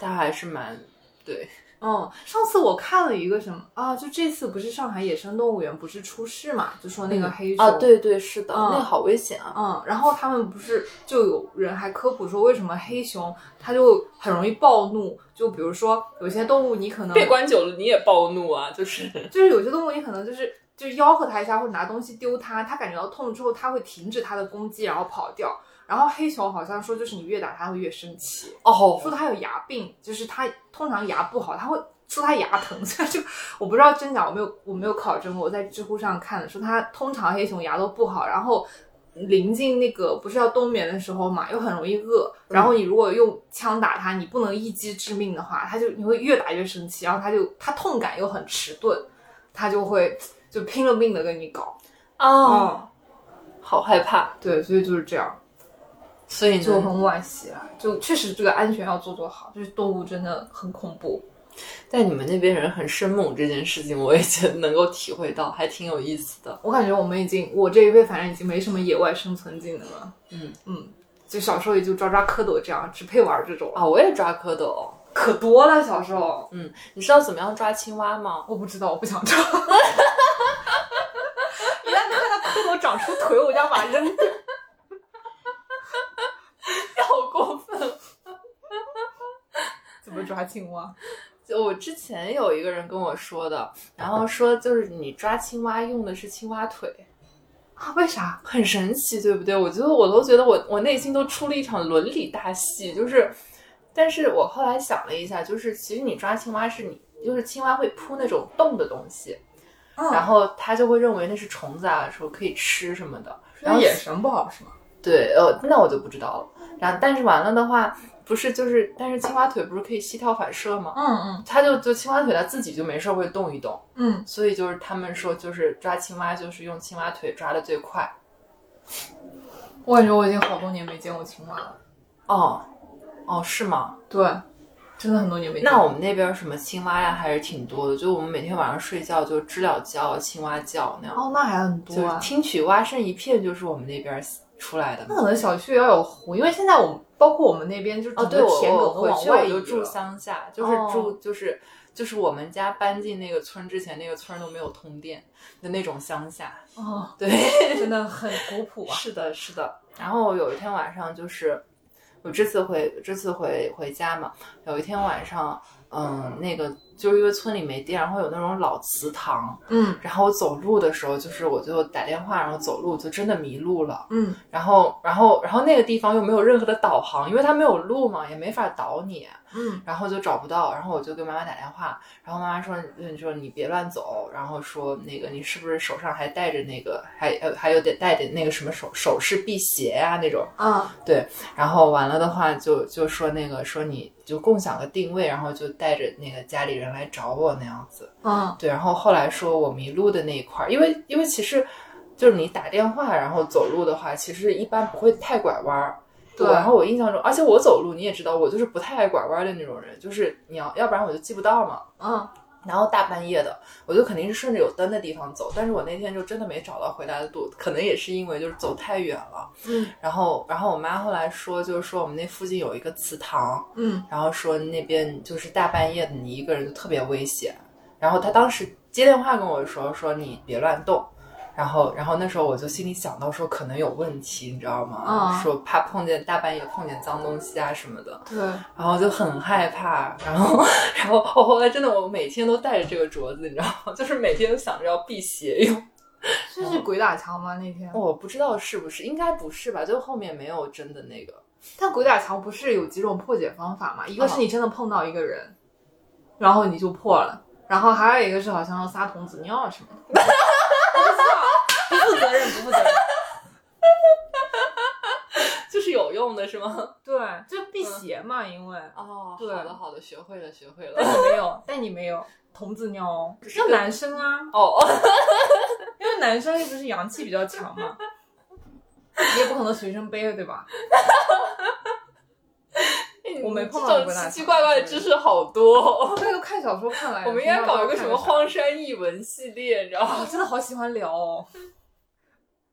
它还是蛮对。
嗯，上次我看了一个什么啊，就这次不是上海野生动物园不是出事嘛，就说那个黑熊、
啊，对对是的，
嗯
那个好危险啊！
嗯，然后他们不是就有人还科普说，为什么黑熊它就很容易暴怒？就比如说有些动物，你可能
被关久了你也暴怒啊，就是
就是有些动物你可能就是就是吆喝它一下，或者拿东西丢它，它感觉到痛之后，它会停止它的攻击，然后跑掉。然后黑熊好像说，就是你越打它会越生气，
哦
说它有牙病，就是它通常牙不好，它会说它牙疼。 [laughs] 虽然这个我不知道真假，我没有我没有考证过，我在知乎上看的，说它通常黑熊牙都不好，然后。临近那个不是要冬眠的时候嘛，又很容易饿。然后你如果用枪打它，你不能一击致命的话，它就你会越打越生气，然后它就它痛感又很迟钝，它就会就拼了命的跟你搞。嗯
啊，
哦
好害怕。
对，所以就是这样，
所以
就很
呢，
惋惜啊。就确实这个安全要做做好，就是动物真的很恐怖。
在你们那边人很生猛这件事情，我也觉得能够体会到，还挺有意思的。
我感觉我们已经，我这一辈反正已经没什么野外生存技能了。
嗯
嗯，就小时候也就抓抓蝌蚪这样，只配玩这种了，
啊，我也抓蝌蚪。哦
可多了。小时候
你知道怎么样抓青蛙吗？ [laughs]
我不知道，我不想抓。 [laughs] 一旦看到蝌蚪长出腿，我就要把它扔掉。
好过分！
怎么抓青蛙？
就我之前有一个人跟我说的，然后说就是你抓青蛙用的是青蛙腿，
啊？为啥？
很神奇，对不对？我觉得我都觉得我我内心都出了一场伦理大戏，就是，但是我后来想了一下，就是其实你抓青蛙是你，就是青蛙会扑那种动的东西，然
嗯，
后它就会认为那是虫子啊，说可以吃什么的。然后
眼神不好是吗？
对，呃，那我就不知道了。然后但是完了的话，不是就是，但是青蛙腿不是可以膝跳反射吗？
嗯
它就就青蛙腿它自己就没事儿会动一动，
嗯嗯，
所以就是他们说就是抓青蛙就是用青蛙腿抓的最快。
我感觉我已经好多年没见过青蛙了。
哦，哦，是吗？
对，真的很多年没见。
那我们那边什么青蛙呀，还是挺多的。就我们每天晚上睡觉就知了叫、青蛙叫那样，
哦，那还很多
就
啊。
听取蛙声一片，就是我们那边出来的
那。可能小区也要有湖，因为现在我们包括我们那边就是
哦，
整
对，
个
我
田埂
我
都
回
往
去
外
我
移
就
了。
住乡下，就是住就是就是我们家搬进那个村之前，那个村都没有通电的那种乡下。 [laughs]
哦，
对，
真的很古朴啊。
是的，是的。然后我有一天晚上就是，我这次回这次回回家嘛，有一天晚上，嗯，那个就是因为村里没电，然后有那种老祠堂，
嗯
然后我走路的时候，就是我就打电话，然后走路就真的迷路了。
嗯，
然后，然后，然后那个地方又没有任何的导航，因为它没有路嘛，也没法导你。啊
嗯，
然后就找不到，然后我就给妈妈打电话，然后妈妈说，你说你别乱走，然后说那个你是不是手上还带着那个，还呃还有得带点那个什么首首饰、辟邪呀、那种。
嗯，
然后完了的话就就说那个说你就共享个定位，然后就带着那个家里人来找我那样子。
嗯，
对，然后后来说我迷路的那一块儿，因为因为其实就是你打电话然后走路的话，其实一般不会太拐弯儿。
对
然后我印象中，而且我走路你也知道，我就是不太爱拐弯儿的那种人，就是你要要不然我就记不到嘛。
嗯。
然后大半夜的，我就肯定是顺着有灯的地方走，但是我那天就真的没找到回来的路，可能也是因为就是走太远了。
嗯。
然后，然后我妈后来说，就是说我们那附近有一个祠堂，
嗯，
然后说那边就是大半夜的，你一个人就特别危险。然后他当时接电话跟我说，说你别乱动。然后，然后那时候我就心里想到说可能有问题，你知道吗？
嗯
说怕碰见大半夜碰见脏东西啊什么的，
对，
然后就很害怕。然后， [laughs] 然后我后来真的我每天都带着这个镯子，你知道吗？就是每天都想着要辟邪用。 [laughs]
这是鬼打墙吗？那天，
我不知道是不是，应该不是吧？就后面没有真的那个。
但鬼打墙不是有几种破解方法吗？一个是你真的碰到一个人，然后你就破了，然后还有一个是好像要撒童子尿什么的。不知道，不负责任，不负责任。
就是有用的是吗？
对，就辟邪嘛，因为
哦，
对
好的好的，学会了学会
但
[laughs]
了。
你没有，但你没有童子尿哦，要男生啊，
哦，
因为男生又不是阳气比较强嘛，你也不可能随身背了，对吧？我没碰
嗯
到
这种
过大
奇
肠
奇怪怪的知识好多、
[laughs]
哦。
这个看小说看
哎
来，
我们应该搞一个什么荒山异闻系列，你知道吗？ [laughs]
我真的好喜欢聊哦。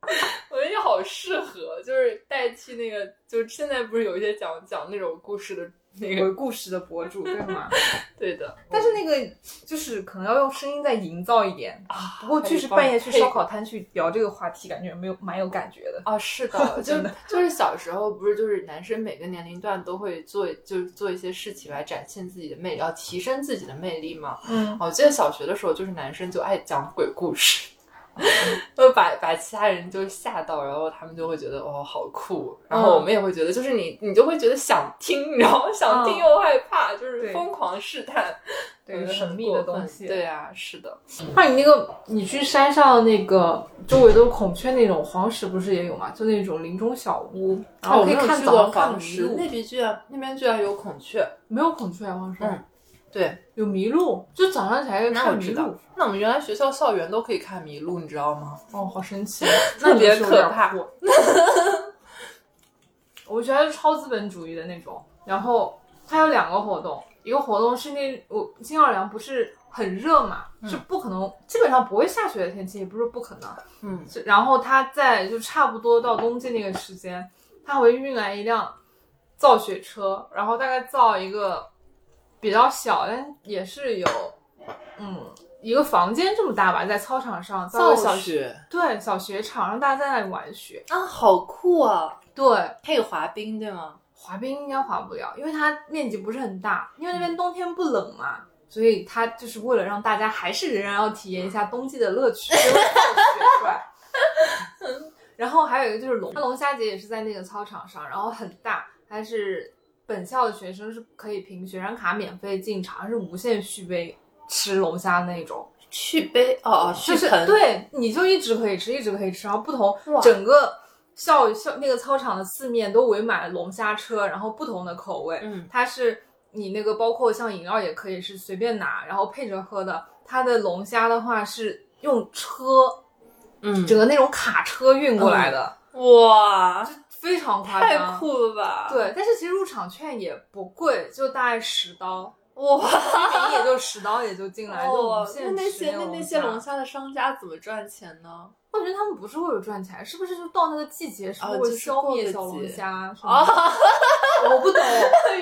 我觉得也好适合，就是代替那个，就是现在不是有一些讲讲那种故事的那个，
鬼故事的博主，对
[laughs]
吗？
对的。
但是那个就是可能要用声音再营造一点。
啊
不过确
还有
实
一帮
半夜去烧烤摊去聊这个话题，感觉没有蛮有感觉的。
啊，
[laughs]
是的，就
真
是就是小时候不是就是男生每个年龄段都会做，就是做一些事情来展现自己的魅力，要提升自己的魅力嘛。
嗯，
哦我记得小学的时候，就是男生就爱讲鬼故事， [laughs] 就把把其他人就吓到，然后他们就会觉得哦好酷，然后我们也会觉得，就是你你就会觉得想听，然后想听
嗯
又害怕，就是
对
疯狂试探，
对
我觉得很
神秘的
过分
东西
对啊，是的，
那你那个你去山上那个周围都是孔雀那种黄石，不是也有吗？就那种林中小
嗯
屋，
哦
然后可以看早上看麋鹿，
那边居然那边居然有孔雀，
没有孔雀啊，黄石、
嗯对。
有麋鹿，就早上起来
那我
看
知
麋
道
鹿，，
那我们原来学校校园都可以看麋鹿，你知道吗？
哦，好神奇，
[laughs]
特别可怕
那你是有点酷。我觉得是超资本主义的那种。然后它有两个活动，一个活动是那我新奥尔良不是很热嘛，是不可能，基本上不会下雪的天气，也不是不可能。
嗯
是，然后它在就差不多到冬季那个时间，它会运来一辆造雪车，然后大概造一个比较小，但也是有嗯一个房间这么大吧，在操场上造个小
雪
对，小雪场让大家在那里玩雪。
啊，好酷啊！
对，
可以滑冰对吗？
滑冰应该滑不了，因为它面积不是很大，因为那边冬天不冷嘛，所以它就是为了让大家还是仍然要体验一下冬季的乐趣，就是造雪出来。嗯然后还有一个就是龙，它龙虾节也是在那个操场上，然后很大，它是本校的学生是可以凭学生卡免费进场，是无限续杯吃龙虾那种。
续杯哦哦，续
就是
盆
对，你就一直可以吃，一直可以吃，然后不同
哇
整个校校那个操场的四面都围满了龙虾车，然后不同的口味，
嗯
它是你那个包括像饮料也可以是随便拿，然后配着喝的。它的龙虾的话是用车，
嗯
整个那种卡车运过来的，
哇，
非常夸
嗯太
张。
酷了吧？，
对，但是其实入场券也不贵，就大概十刀，
哇！
一名也就十刀也就进来，就无
哦，那
限
那
吃
些那那些
虾
龙虾的商家怎么赚钱呢？
我觉得他们不是为了赚钱，是不是就到那个季节时候
啊
会
就是
消
过
灭
个
小龙
节
虾什么
啊
的？， [laughs]
[laughs]
我不懂，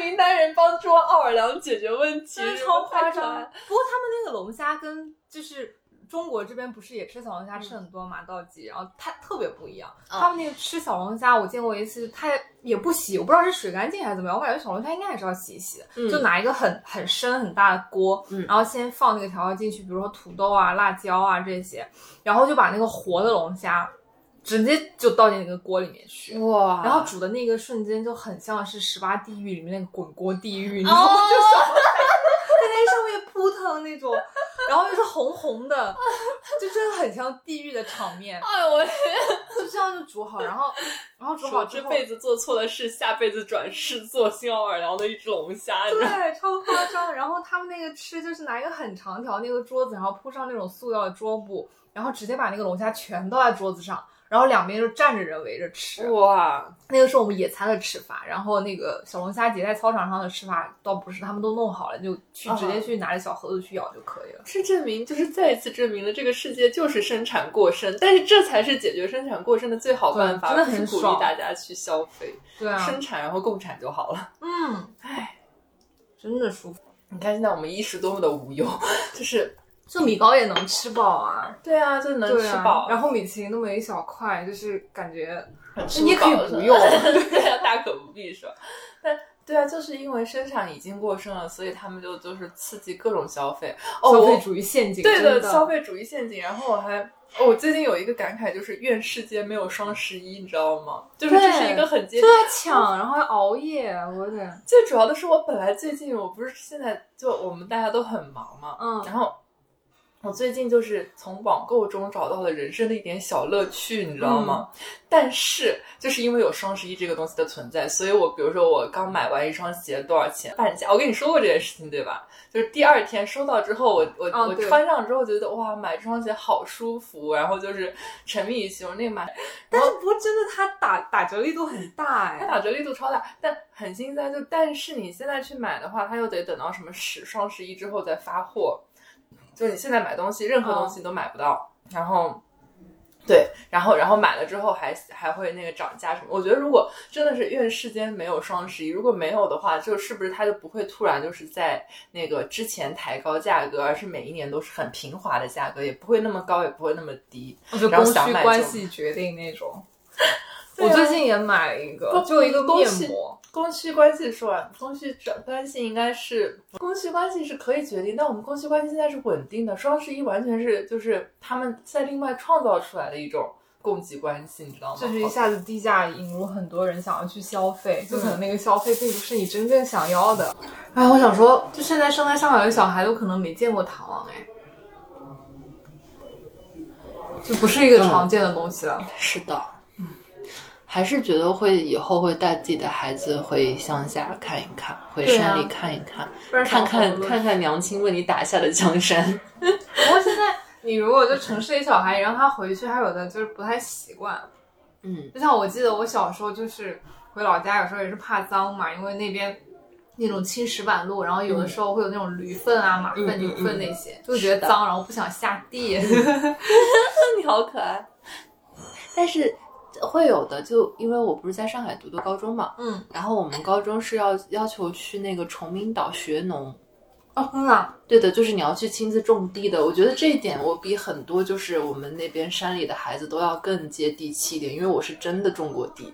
云南人帮助奥尔良解决问题，
真的超夸
太可
张
爱。
不过他们那个龙虾跟就是中国这边不是也吃小龙虾吃
嗯
很多嘛，到季，然后它特别不一样。
嗯
他们那个吃小龙虾，我见过一次，它也不洗，我不知道是水干净还是怎么样，我感觉小龙虾应该还是要洗一洗的。
嗯
就拿一个很很深很大的锅，
嗯
然后先放那个调料进去，比如说土豆啊、辣椒啊这些，然后就把那个活的龙虾直接就倒进那个锅里面去。
哇
然后煮的那个瞬间就很像是《十八地狱》里面那个滚锅地狱，你知道吗？ [laughs]
哦
就小孩在那上面扑腾那种，然后又是红红的，就真的很像地狱的场面。
哎呦我
就这样就煮好，然后然后煮好
说
之
这
后，
辈子做错了事，下辈子转世做新奥尔良的一只龙虾，你知道吗？
对，超夸张。然后他们那个吃就是拿一个很长条那个桌子，然后铺上那种塑料的桌布，然后直接把那个龙虾全倒在桌子上，然后两边就站着人围着吃。
[laughs]
哇，
那个是我们野餐的吃法，然后那个小龙虾节在操场上的吃法倒不是，他们都弄好了，就去直接去拿着小盒子去咬就可以了。
这证明就是再一次证明了这个世界就是生产过剩，但是这才是解决生产过剩的最好办法，
对真的很
不是鼓
爽
励大家去消费，
对啊，
生产然后共产就好了。
嗯，唉，真的舒服。
你看现在我们衣食多么的无忧，就是
这米糕也能吃饱啊，
对啊，就能
对
吃
啊
饱，
然后米其林那么一小块，就是感觉
吃
你也可以
饱了
不用
[laughs] 对啊，
大可不必是吧？
对啊，就是因为生产已经过剩了，所以他们就就是刺激各种消费。哦，
消费
我
主义陷阱。
对
的，
消费主义陷阱。然后我还，哦我最近有一个感慨，就是愿世界没有双十一，你知道吗？就是这是一个很接
就在抢，然后还熬夜，啊我有点，
最主要的是，我本来最近我不是现在就我们大家都很忙嘛，
嗯
然后我最近就是从网购中找到了人生的一点小乐趣，你知道吗？
嗯
但是就是因为有双十一这个东西的存在，所以我比如说我刚买完一双鞋多少钱半价，我跟你说过这件事情对吧？就是第二天收到之后，我我、
哦
我
对
穿上之后觉得哇，买这双鞋好舒服，然后就是沉迷于其中，那个买
但是不过真的，它打打折力度很大
它
哎。
打折力度超大，但很心塞。就但是你现在去买的话，它又得等到什么十双十一之后再发货。就你现在买东西，任何东西都买不到。然后，对，然后然后买了之后还还会那个涨价什么。我觉得如果真的是愿世间没有双十一，如果没有的话，就是不是它就不会突然就是在那个之前抬高价格，而是每一年都是很平滑的价格，也不会那么高，也不会那么低。
就
然
供
后想
需
买就
关系决定那种。
对
我
啊
最近也买了一个
都，
就一个
都
面
是
膜，
供需关系说完，供需转关系应该是供需关系是可以决定，但我们供需关系现在是稳定的，双十一完全是就是他们在另外创造出来的一种供给关系，你知道吗？
就是一下子低价引入很多人想要去消费，就可能那个消费并不是你真正想要的。哎，我想说，就现在生在上海的小孩都可能没见过糖哎，就不是一
嗯
个常见的东西了。
是的，
还是觉得会以后会带自己的孩子回乡下看一看，回
对啊
山里看一看，
不然
看
小孩
看
子
看看娘亲为你打下的江山。 [laughs]
不过现在你如果就城市里小孩，你让他回去，他有的就是不太习惯。
嗯，
就像我记得我小时候就是回老家，有时候也是怕脏嘛，因为那边那种青石板路，然后有的时候会有那种驴粪啊、马粪、牛粪那些，就觉得脏，然后不想下 [laughs] 地。
你好可爱，
但是会有的，就因为我不是在上海读的高中嘛，
嗯，
然后我们高中是要要求去那个崇明岛学农，
哦，真的，
对的，就是你要去亲自种地的。我觉得这一点我比很多就是我们那边山里的孩子都要更接地气一点，因为我是真的种过地。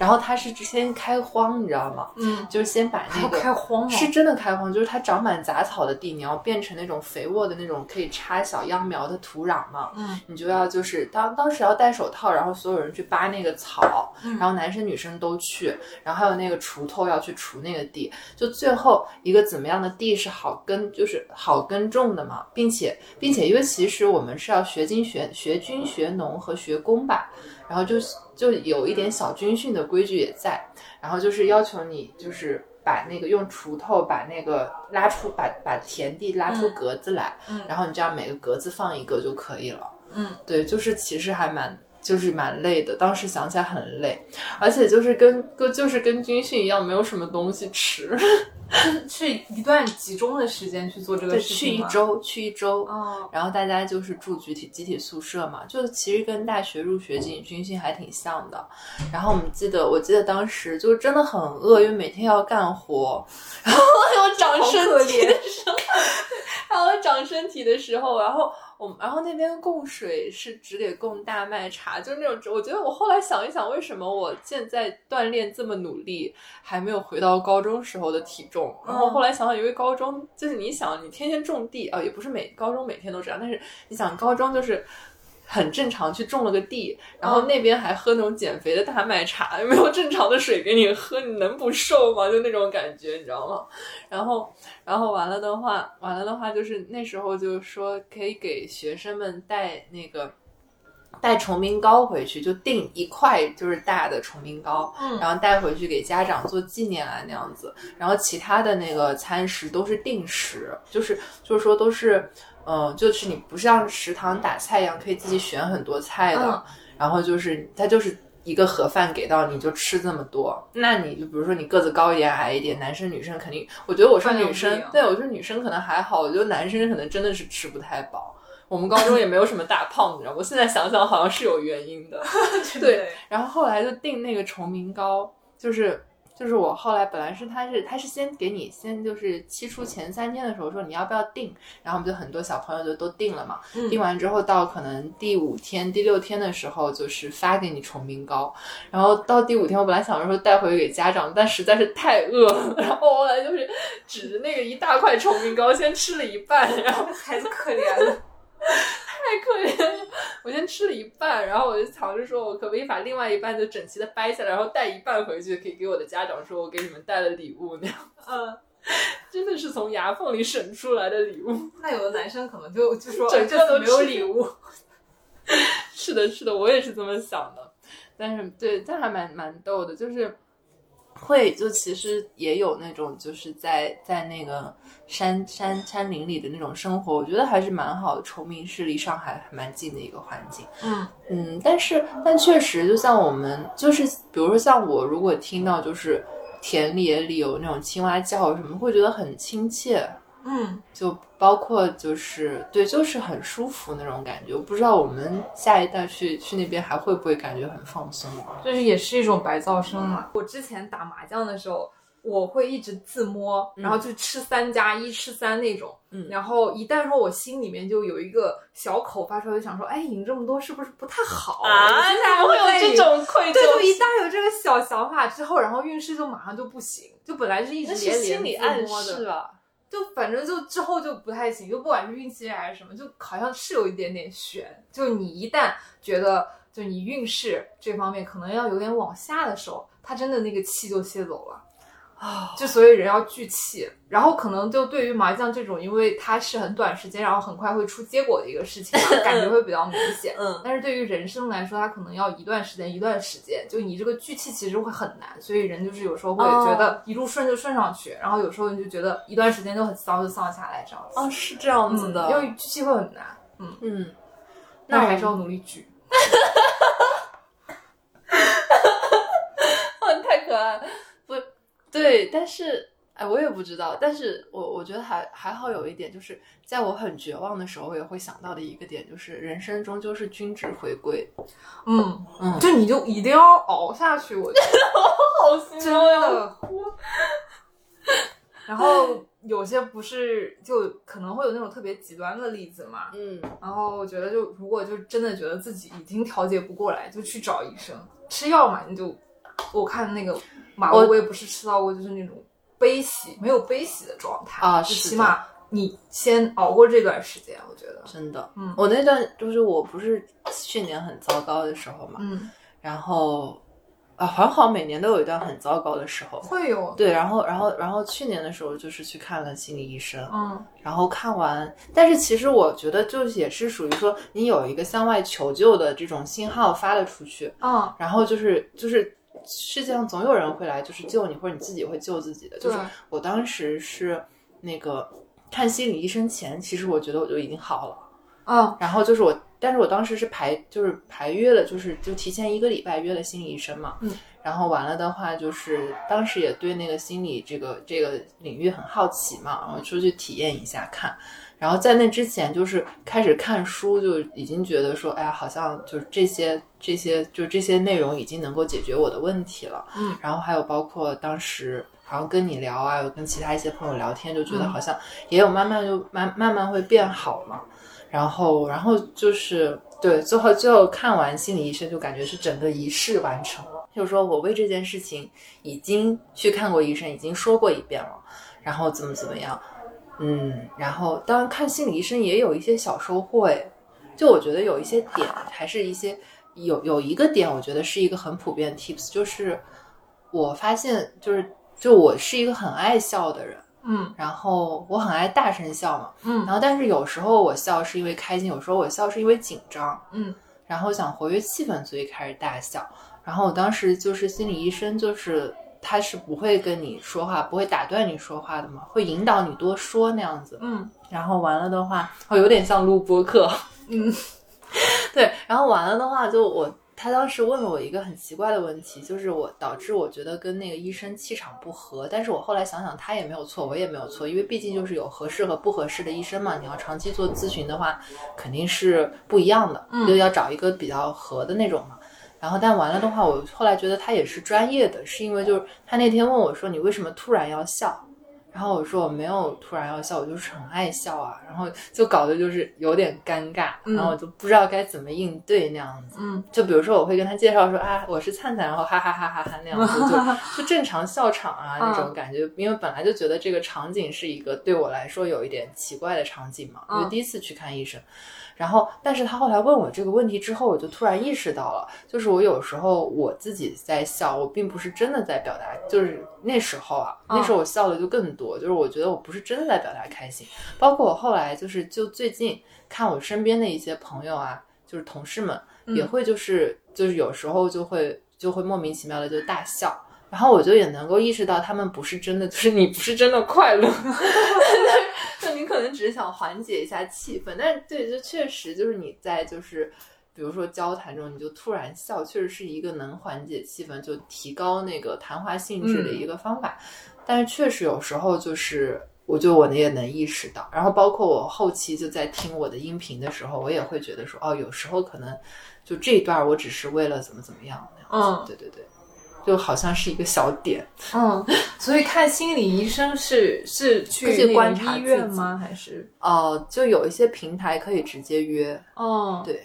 然后他是先开荒，你知道吗？
嗯，
就是先把那个
[laughs] 开荒了，
是真的开荒，就是它长满杂草的地，你要变成那种肥沃的那种可以插小秧苗的土壤嘛。
嗯，
你就要就是当当时要戴手套，然后所有人去扒那个草，然后男生女生都去，然后还有那个锄头要去锄那个地，就最后一个怎么样的地是好耕，就是好耕种的嘛，并且并且因为其实我们是要学经学学军学农和学工吧，然后就是就有一点小军训的规矩也在，然后就是要求你就是把那个用锄头把那个拉出把把田地拉出格子来，
嗯
然后你这样每个格子放一个就可以了。
嗯，
对，就是其实还蛮
就是蛮累的。当时想起来很累，而且就是跟跟就是跟军训一样，没有什么东西吃。
就是去一段集中的时间去做这个
对，
事
去
情
一
吗。
周，去一周。
哦，
然后大家就是住集体集体宿舍嘛，就其实跟大学入学军军训还挺像的。然后我们记得，我记得当时就真的很饿，因为每天要干活， [laughs] 然后要长身体的时候， [laughs] 还要长身体的时候，然后我们然后那边供水是只给供大麦茶，就是那种我觉得我后来想一想，为什么我现在锻炼这么努力，还没有回到高中时候的体重。然后后来想想，因为高中就是你想，你天天种地啊、也不是每高中每天都这样，但是你想高中就是很正常去种了个地，然后那边还喝那种减肥的大麦茶，没有正常的水给你喝，你能不瘦吗？就那种感觉，你知道吗？然后，然后完了的话，完了的话就是那时候就说可以给学生们带那个。带崇明糕回去，就订一块就是大的崇明糕，
嗯
然后带回去给家长做纪念啊那样子。然后其他的那个餐食都是定时，就是就是说都是，嗯、就是你不像食堂打菜一样可以自己选很多菜的，
嗯
然后就是它就是。一个盒饭给到你就吃这么多，那你就比如说你个子高一点矮一点，男生女生肯定，我觉得我是
分量
女
不
生
一样，
对我是女生可能还好，我觉得男生可能真的是吃不太饱。我们高中也没有什么大胖子，然后我现在想想好像是有原因的，对，然后后来就订那个崇明糕，就是就是我后来本来是他是他是先给你先就是期初前三天的时候说你要不要订，然后我们就很多小朋友就都订了嘛，
嗯
订完之后到可能第五天第六天的时候就是发给你崇明糕，然后到第五天我本来想着说带回去给家长，但实在是太饿了，然后我后来就是指着那个一大块崇明糕先吃了一半，然后
孩子可怜了。 [laughs]
太可怜了。 [laughs] 我先吃了一半，然后我就尝试说，我可不可以把另外一半就整齐的掰下来，然后带一半回去，可以给我的家长说，我给你们带了礼物那样。
嗯，
[laughs] 真的是从牙缝里省出来的礼
[laughs]
物。
那有的男生可能就就说
整
哎这
个
次
都
没有
吃
礼物。
[laughs] 是的，是的，我也是这么想的。但是对，但还蛮蛮逗的，就是会就其实也有那种就是在在那个山山山林里的那种生活，我觉得还是蛮好的。崇明是离上海还蛮近的一个环境。
嗯
嗯，但是但确实，就像我们就是，比如说像我，如果听到就是田野里有那种青蛙叫什么，会觉得很亲切。
嗯，
就包括就是对，就是很舒服那种感觉。我不知道我们下一代去去那边还会不会感觉很放松啊？
就是也是一种白噪声嘛。我之前打麻将的时候，我会一直自摸，然后就吃三加一吃三那种。
嗯
然后一旦说我心里面就有一个小口发出来，就想说，哎，赢这么多是不是不太好我接下来
[laughs] 啊会
再
有
赢
这种愧疚？
对，就一旦有这个小想法之后，然后运势就马上就不行，就本来是一直
那是
连
心理
连
暗
自摸
示啊
的，
吧？
就反正就之后就不太行，就不管是运气还是什么，就好像是有一点点悬。就你一旦觉得就你运势这方面可能要有点往下的时候，他真的那个气就泄走了。
啊、
就所以人要聚气，然后可能就对于麻将这种，因为它是很短时间，然后很快会出结果的一个事情嘛，啊
[laughs]
感觉会比较明显。
嗯，
但是对于人生来说，它可能要一段时间一段时间，就你这个聚气其实会很难，所以人就是有时候会
哦
觉得一路顺就顺上去，然后有时候你就觉得一段时间就很丧就丧下来这样子。
哦，是这样子
嗯
的，
因为聚气会很难，
嗯，
那还是要努力
[laughs]
聚。
嗯，太可爱了。不，对，但是哎，我也不知道。但是我我觉得还还好有一点，就是在我很绝望的时候，我也会想到的一个点，就是人生终究是均值回归。
嗯，
嗯
就你就一定要熬下去，我
[laughs]
觉得
好心哦
真的。然后有些不是就可能会有那种特别极端的例子嘛，
嗯，
然后我觉得就如果就真的觉得自己已经调节不过来，就去找医生吃药嘛。你就我看那个马
我
薇薇不是吃到过就是那种悲喜没有悲喜的状态
啊
就是起
的
码你先熬过这段时间，我觉得，
真的。
嗯
我那段就是我不是去年很糟糕的时候嘛，
嗯，
然后啊，还好每年都有一段很糟糕的时候。
会有，
对，然后，然后，然后去年的时候就是去看了心理医生，
嗯
然后看完，但是其实我觉得就是也是属于说你有一个向外求救的这种信号发了出去，
嗯，
然后就是就是世界上总有人会来就是救你，或者你自己会救自己的。就
对
是，我当时是那个看心理医生前，其实我觉得我就已经好了，
嗯
然后就是我但是我当时是排就是排约了，就是就提前一个礼拜约了心理医生嘛，
嗯，
然后完了的话就是当时也对那个心理这个这个领域很好奇嘛，然后出去体验一下看。然后在那之前，就是开始看书，就已经觉得说，哎呀，好像就是这些这些，就这些内容已经能够解决我的问题了。
嗯，
然后还有包括当时好像跟你聊啊，有跟其他一些朋友聊天，就觉得
嗯
好像也有慢慢就慢慢慢会变好嘛。然后，然后就是对，最后最后看完心理医生，就感觉是整个仪式完成了，就是说我为这件事情已经去看过医生，已经说过一遍了，然后怎么怎么样。嗯，然后当然看心理医生也有一些小收获诶，就我觉得有一些点还是一些有有一个点，我觉得是一个很普遍的 tips，就是我发现就是就我是一个很爱笑的人，
嗯
然后我很爱大声笑嘛，
嗯
然后但是有时候我笑是因为开心，有时候我笑是因为紧张，
嗯，
然后想活跃气氛，所以开始大笑。然后我当时就是心理医生，就是他是不会跟你说话，不会打断你说话的嘛，会引导你多说那样子。
嗯
然后完了的话，哦，有点像录播课，
嗯，
[laughs] 对。然后完了的话，就我他当时问了我一个很奇怪的问题，就是我导致我觉得跟那个医生气场不合，但是我后来想想他也没有错，我也没有错，因为毕竟就是有合适和不合适的医生嘛，你要长期做咨询的话，肯定是不一样的，
嗯
就要找一个比较合的那种嘛。然后，但完了的话，我后来觉得他也是专业的，是因为就是他那天问我说：“你为什么突然要笑？”然后我说我没有突然要笑，我就是很爱笑啊，然后就搞得就是有点尴尬，
嗯
然后我就不知道该怎么应对那样子。
嗯，
就比如说我会跟他介绍说啊，我是灿灿，然后哈哈哈哈哈那样子，
[laughs]
就就正常笑场啊那
嗯
种感觉，因为本来就觉得这个场景是一个对我来说有一点奇怪的场景嘛，因为
嗯
第一次去看医生。然后，但是他后来问我这个问题之后，我就突然意识到了，就是我有时候我自己在笑，我并不是真的在表达，就是那时候啊，
嗯
那时候我笑的就更多，就是我觉得我不是真的在表达开心。包括我后来就是就最近看我身边的一些朋友啊，就是同事们
嗯
也会就是、就是有时候就会就会莫名其妙的就大笑，然后我就也能够意识到他们不是真的，就是你不是真的快 [laughs] 乐，
就你可能只是想缓解一下气氛，但是对，就确实就是你在就是。
比如说交谈中，你就突然笑，确实是一个能缓解气氛、就提高那个谈话兴致的一个方法。但是确实有时候就是，我就我也能意识到。然后包括我后期就在听我的音频的时候，我也会觉得说，哦，有时候可能就这一段我只是为了怎么怎么样那
嗯
样子。对对对，就好像是一个小点。
[laughs]
嗯，所以看心理医生是是去
去
那个
观察
医
自
院
己
吗？还是
哦、就有一些平台可以直接约。
哦，
对，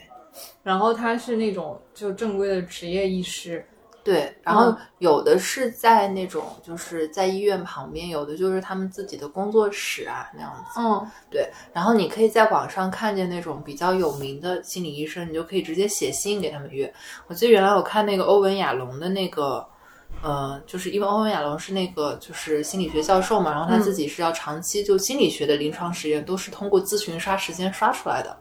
然后他是那种就正规的职业医师，
对，然后有的是在那种就是在医院旁边，有的就是他们自己的工作室啊那样子。
嗯
然后你可以在网上看见那种比较有名的心理医生，你就可以直接写信给他们约。我记得原来我看那个欧文亚龙的那个。呃，就是因为欧文亚龙是那个就是心理学教授嘛，然后他
嗯
自己是要长期就心理学的临床实验都是通过咨询刷时间刷出来的，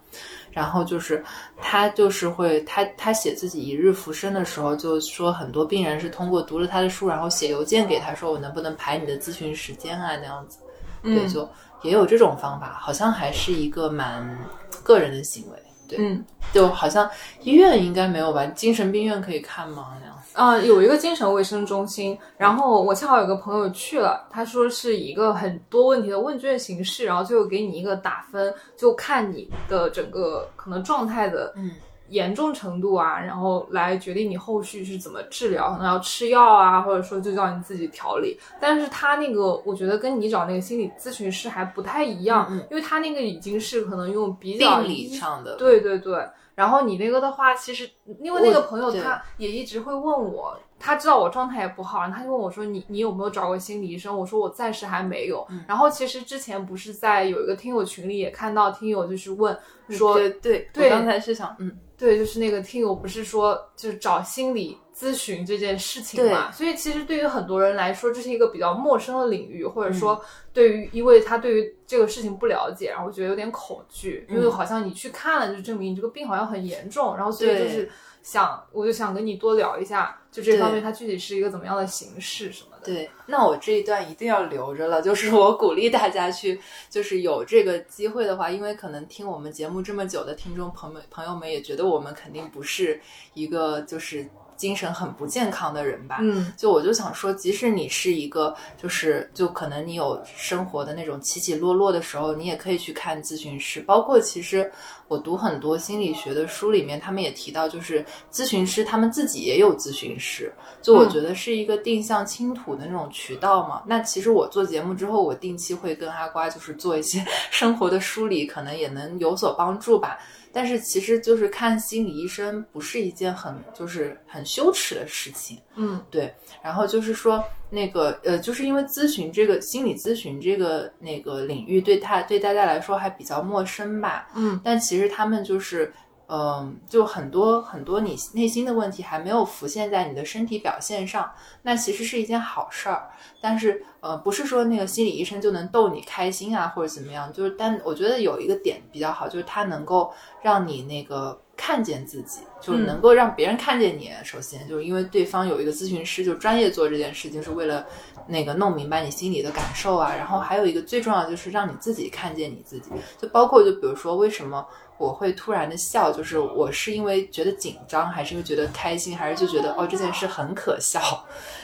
然后就是他就是会他他写自己一日浮生的时候，就说很多病人是通过读了他的书，然后写邮件给他说我能不能排你的咨询时间啊那样子，对，就也有这种方法，好像还是一个蛮个人的行为，对，
嗯
就好像医院应该没有吧，精神病院可以看吗？那样子，
啊、有一个精神卫生中心，然后我恰好有个朋友去了，他说是一个很多问题的问卷形式，然后最后给你一个打分，就看你的整个可能状态的
嗯
严重程度啊，然后来决定你后续是怎么治疗，可能要吃药啊，或者说就叫你自己调理。但是他那个，我觉得跟你找那个心理咨询师还不太一样，
嗯嗯
因为他那个已经是可能用比较
病理上的，
对对对。然后你那个的话，其实因为那个朋友
对
他也一直会问我，他知道我状态也不好，然后他就问我说你你有没有找过心理医生？我说我暂时还没有。
嗯
然后其实之前不是在有一个听友群里也看到听友就是问说
嗯对对，
对
我刚才是想，嗯，
对，就是那个听友不是说就是找心理咨询这件事情嘛，所
嗯
以其实对于很多人来说，这是一个比较陌生的领域，或者说对于因为他对于这这个事情不了解，然后觉得有点恐惧，
嗯
因为好像你去看了就证明你这个病好像很严重，然后所以就是想，我就想跟你多聊一下，就这方面它具体是一个怎么样的形式什么的。
对，那我这一段一定要留着了。就是我鼓励大家去，就是有这个机会的话，因为可能听我们节目这么久的听众朋友朋友们也觉得我们肯定不是一个就是精神很不健康的人吧。
嗯，
就我就想说，即使你是一个，就是就可能你有生活的那种起起落落的时候，你也可以去看咨询师。包括其实我读很多心理学的书里面，他们也提到，就是咨询师他们自己也有咨询师。就我觉得是一个定向倾吐的那种渠道嘛。那其实我做节目之后，我定期会跟阿瓜就是做一些 [laughs] 生活的梳理，可能也能有所帮助吧。但是其实就是看心理医生不是一件很就是很羞耻的事情。
嗯，
对。然后就是说那个呃，就是因为咨询这个心理咨询这个那个领域对他对大家来说还比较陌生吧。
嗯，
但其实他们就是。嗯，就很多很多你内心的问题还没有浮现在你的身体表现上，那其实是一件好事儿。但是呃，不是说那个心理医生就能逗你开心啊，或者怎么样。就是，但我觉得有一个点比较好，就是他能够让你那个看见自己，就是能够让别人看见你。首先，就是因为对方有一个咨询师，就专业做这件事情，是为了那个弄明白你心里的感受啊。然后还有一个最重要的就是让你自己看见你自己，就包括就比如说为什么。我会突然的笑，就是我是因为觉得紧张，还是因为觉得开心，还是就觉得哦这件事很可笑，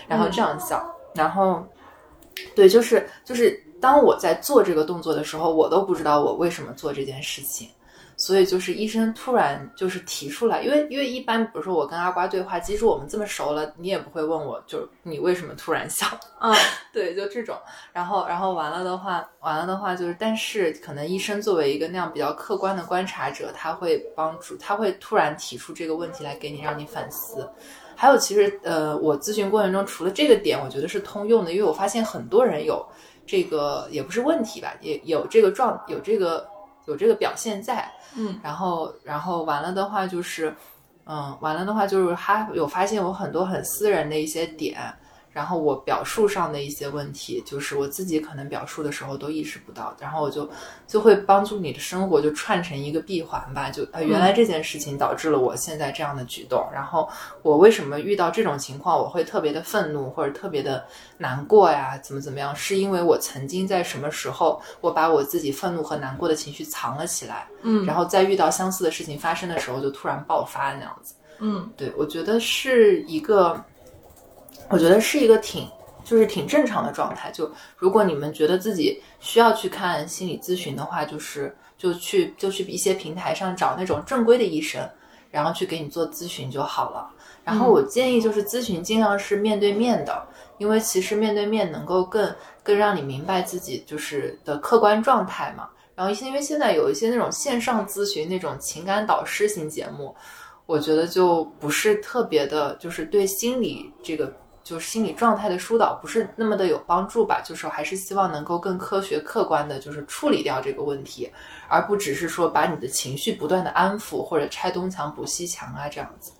然后这样笑，然后对，就是就是当我在做这个动作的时候，我都不知道我为什么做这件事情，所以就是医生突然就是提出来，因为因为一般比如说我跟阿瓜对话，即使我们这么熟了，你也不会问我就是你为什么突然笑，
嗯，
[laughs] 对，就这种。然后，然后完了的话，完了的话就是，但是可能医生作为一个那样比较客观的观察者，他会帮助，他会突然提出这个问题来给你，让你反思。还有，其实呃，我咨询过程中，除了这个点，我觉得是通用的，因为我发现很多人有这个，也不是问题吧，也有这个状，有这个有这个表现在。
嗯，
然后，然后完了的话就是，嗯，完了的话就是他有发现我很多很私人的一些点，然后我表述上的一些问题，就是我自己可能表述的时候都意识不到，然后我就就会帮助你的生活就串成一个闭环吧，就呃原来这件事情导致了我现在这样的举动，然后我为什么遇到这种情况我会特别的愤怒或者特别的难过呀，怎么怎么样，是因为我曾经在什么时候我把我自己愤怒和难过的情绪藏了起来，
嗯
然后在遇到相似的事情发生的时候就突然爆发那样子。
嗯
对，我觉得是一个，我觉得是一个挺就是挺正常的状态。就如果你们觉得自己需要去看心理咨询的话，就是就去就去一些平台上找那种正规的医生，然后去给你做咨询就好了。然后我建议就是咨询尽量是面对面的，因为其实面对面能够更更让你明白自己就是的客观状态嘛。然后一些因为现在有一些那种线上咨询那种情感导师型节目，我觉得就不是特别的，就是对心理这个就是心理状态的疏导不是那么的有帮助吧。就是还是希望能够更科学客观的，就是处理掉这个问题，而不只是说把你的情绪不断的安抚或者拆东墙补西墙啊这样子。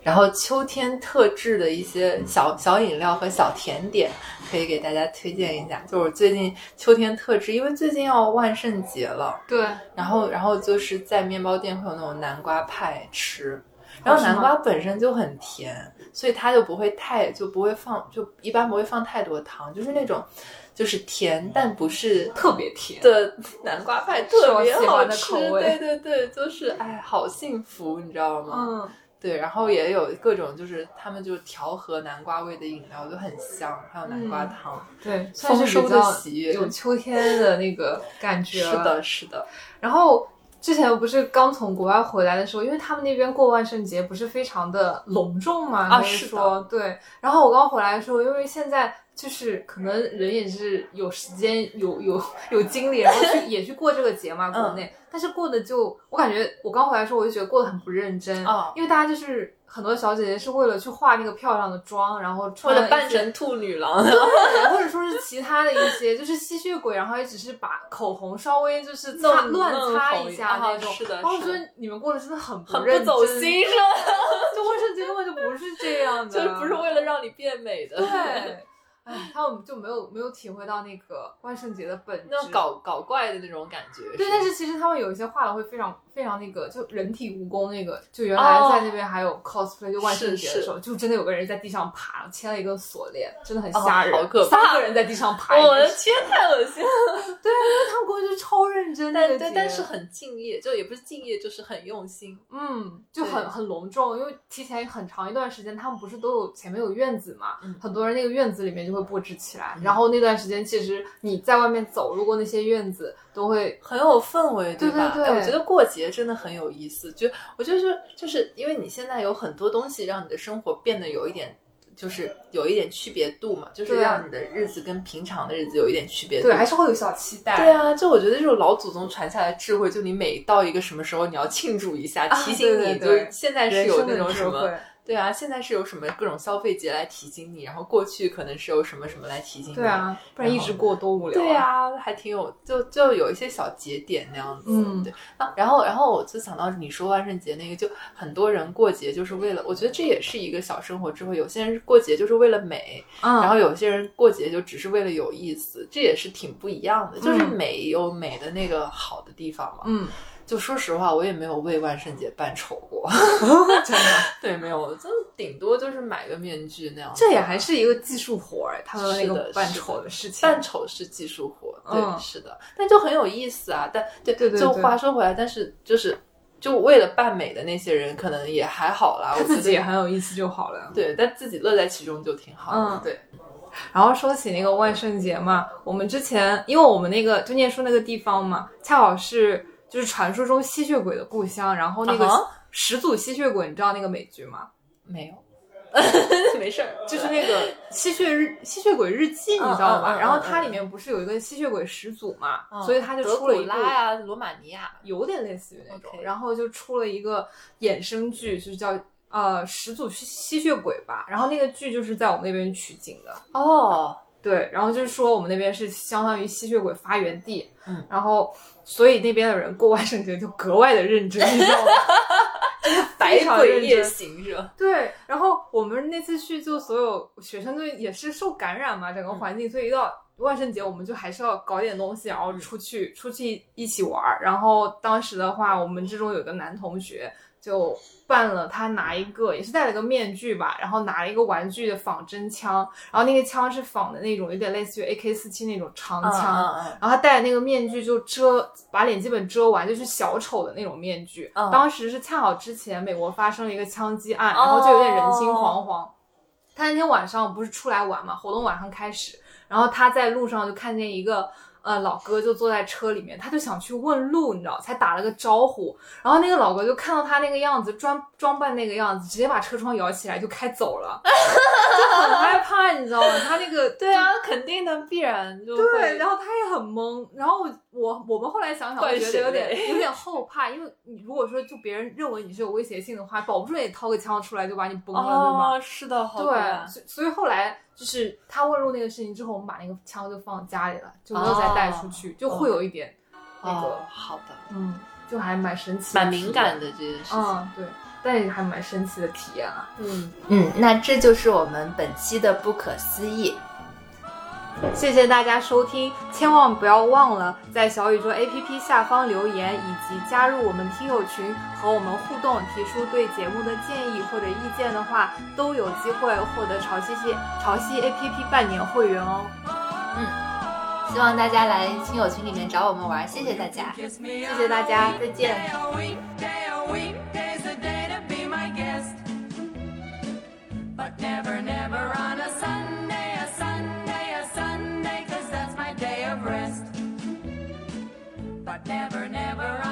然后秋天特制的一些小小饮料和小甜点，可以给大家推荐一下。就是最近秋天特制，因为最近要万圣节了，
对，
然后然后就是在面包店会有那种南瓜派
哦
吃，然后南瓜本身就很甜，所以它就不会太就不会放就一般不会放太多糖，就是那种就是甜但不是
特别甜。
的南瓜派特别
[laughs] 是我喜
好
欢的
吃，
口味
对对对，就是哎好幸福，你知道吗？
嗯，
对，然后也有各种就是他们就调和南瓜味的饮料，就很香，还有南瓜汤，
对，嗯算
丰
是
收
比
的
较
喜悦。
有啊秋天的那个感觉
是
了。
的，是的，
然后之前不是刚从国外回来的时候，因为他们那边过万圣节不是非常的隆重嘛，
啊
应该
是的
说对。然后我刚回来的时候，因为现在就是可能人也是有时间、有有 [laughs] 有精力，然后
[laughs]
去也去过这个节嘛，
嗯
国内。但是过的就我感觉，我刚回来的时候我就觉得过得很不认真，
哦
因为大家就是很多小姐姐是为了去化那个漂亮的妆，然后穿
为了
一
扮
些
成兔女郎，
[laughs] 或者说是其他的一些，就是吸血鬼，然后也只是把口红稍微就是擦
弄
乱擦
弄红
一下
啊
那种。
是的
然后我觉
是的
得你们过得真的很不
很不
认真，
走
[laughs]
心，是吧？ [laughs]
就万圣节根本就不是这样的，
啊就是不是为了让你变美的。
对。哎，他们就没有没有体会到那个万圣节的本质。
那种搞搞怪的那种感觉。
对，但是其实他们有一些画的会非常非常那个，就人体蜈蚣那个，就原来
哦
在那边还有 cosplay，、就万圣节的时候，就真的有个人在地上爬，牵了一个锁链，真的很吓人，
哦好可怕
三个人在地上爬，
我的
一个
天，太恶心了！
对啊，因为他们过去超认真那个
[laughs] 但
节，
但但是很敬业，就也不是敬业，就是很用心。
嗯，就
对
很很隆重，因为提前很长一段时间，他们不是都有前面有院子嘛，
嗯
很多人那个院子里面就会布置起来，然后那段时间其实你在外面走路过那些院子都会，
很有氛围，
对
吧？
对对
哎我觉得过节真的很有意思。就我就是就是因为你现在有很多东西让你的生活变得有一点，就是有一点区别度嘛，就是
对
让你的日子跟平常的日子有一点区别度。
对，还是会有小期待。
对啊，就我觉得这种老祖宗传下来的智慧，就你每到一个什么时候，你要庆祝一下，提醒
啊对
你，
对对
就现在是
人
有
生
那
的
种
智
什么，
慧，
对啊，现在是有什么各种消费节来提醒你，然后过去可能是有什么什么来提醒你，
对，啊，不然一直过多无聊、
对，啊，还挺有，就就有一些小节点那样子。
嗯
对。啊，然后然后我就想到你说万圣节那个，就很多人过节就是为了，我觉得这也是一个小生活智慧。有些人过节就是为了美，
嗯，
然后有些人过节就只是为了有意思，这也是挺不一样的。就是
嗯
美有美的那个好的地方嘛。
嗯，
就说实话，我也没有为万圣节扮丑
[laughs]
过， [laughs] 对，没有，就顶多就是买个面具那样子。
这也还是一个技术活儿，哎他们那
是
个
的
扮
是的
丑的事情，
扮丑是技术活，对，
嗯
是的，但就很有意思啊。但对
对对
就
对
话说回来，但是就是就为了扮美的那些人，可能也还好啦。
他
我觉
自
得
己也很有意思就好了。
对，但自己乐在其中就挺好的。
嗯
对，
然后说起那个万圣节嘛，我们之前因为我们那个就念书那个地方嘛，恰好是就是传说中吸血鬼的故乡，然后那个
啊哈
始祖吸血鬼，你知道那个美剧吗？
没有，没事儿，
就是那个吸血日吸血鬼日记，你知道
嗯
吗？
嗯嗯
然后它里面不是有一个吸血鬼始祖嘛，
嗯
所以他就
德
出
古
了一部
拉呀、罗马尼亚，
有点类似于那种
OK
然后就出了一个衍生剧，就是叫呃始祖吸吸血鬼吧，然后那个剧就是在我们那边取景的。
哦，
对，然后就是说我们那边是相当于吸血鬼发源地，
嗯，
然后所以那边的人过万圣节就格外的认真，你知道吗？
百
非常
鬼
认
夜
真
行是吧？
对，然后我们那次去，就所有学生就也是受感染嘛，整
嗯
个环境，所以一到万圣节，我们就还是要搞点东西，然
嗯
后出去出去一起玩儿。然后当时的话，我们之中有个男同学就办了，他拿一个也是戴了个面具吧，然后拿了一个玩具的仿真枪，然后那个枪是仿的那种，有点类似于 AK 四七那种长
嗯
枪。
嗯嗯，
然后他戴那个面具就遮，把脸基本遮完，就是小丑的那种面具。
嗯
当时是恰好之前美国发生了一个枪击案，然后就有点人心惶惶。他那天晚上不是出来玩嘛，活动晚上开始，然后他在路上就看见一个。呃，老哥就坐在车里面，他就想去问路，你知道，才打了个招呼。然后那个老哥就看到他那个样子，装装扮那个样子，直接把车窗摇起来就开走了，就很害怕，你知道吗？他那个
对啊，肯定的，必然就
对，
会
然后他也很懵，然后我我我们后来想想，
怪
我觉得
谁
有点
嘞
有点后怕，因为你如果说就别人认为你是有威胁性的话，保不准也掏个枪出来就把你崩了，
哦，是的，好
对
可
吧？
怕
对，所以所以后来就是他问路那个事情之后，我们把那个枪就放家里了，就没有再带出去，就会有一点那个，
哦，好的，
嗯，就还蛮神奇，
蛮敏感，的这件事情。
嗯，对，但也还蛮神奇的体验啊。
嗯，
嗯，那这就是我们本期的不可思议。
谢谢大家收听，千万不要忘了在小宇宙 APP 下方留言，以及加入我们听友群和我们互动，提出对节目的建议或者意见的话，都有机会获得潮汐系潮汐 APP 半年会员哦。
希望大家来亲友群里面找我们玩，谢谢大家。
Kiss me
谢谢大家，再见。
Day a weekday, a weekday's a day to be my guest. But never, never on a Sunday, a Sunday, a Sunday, 'cause that's my day of rest. But never, never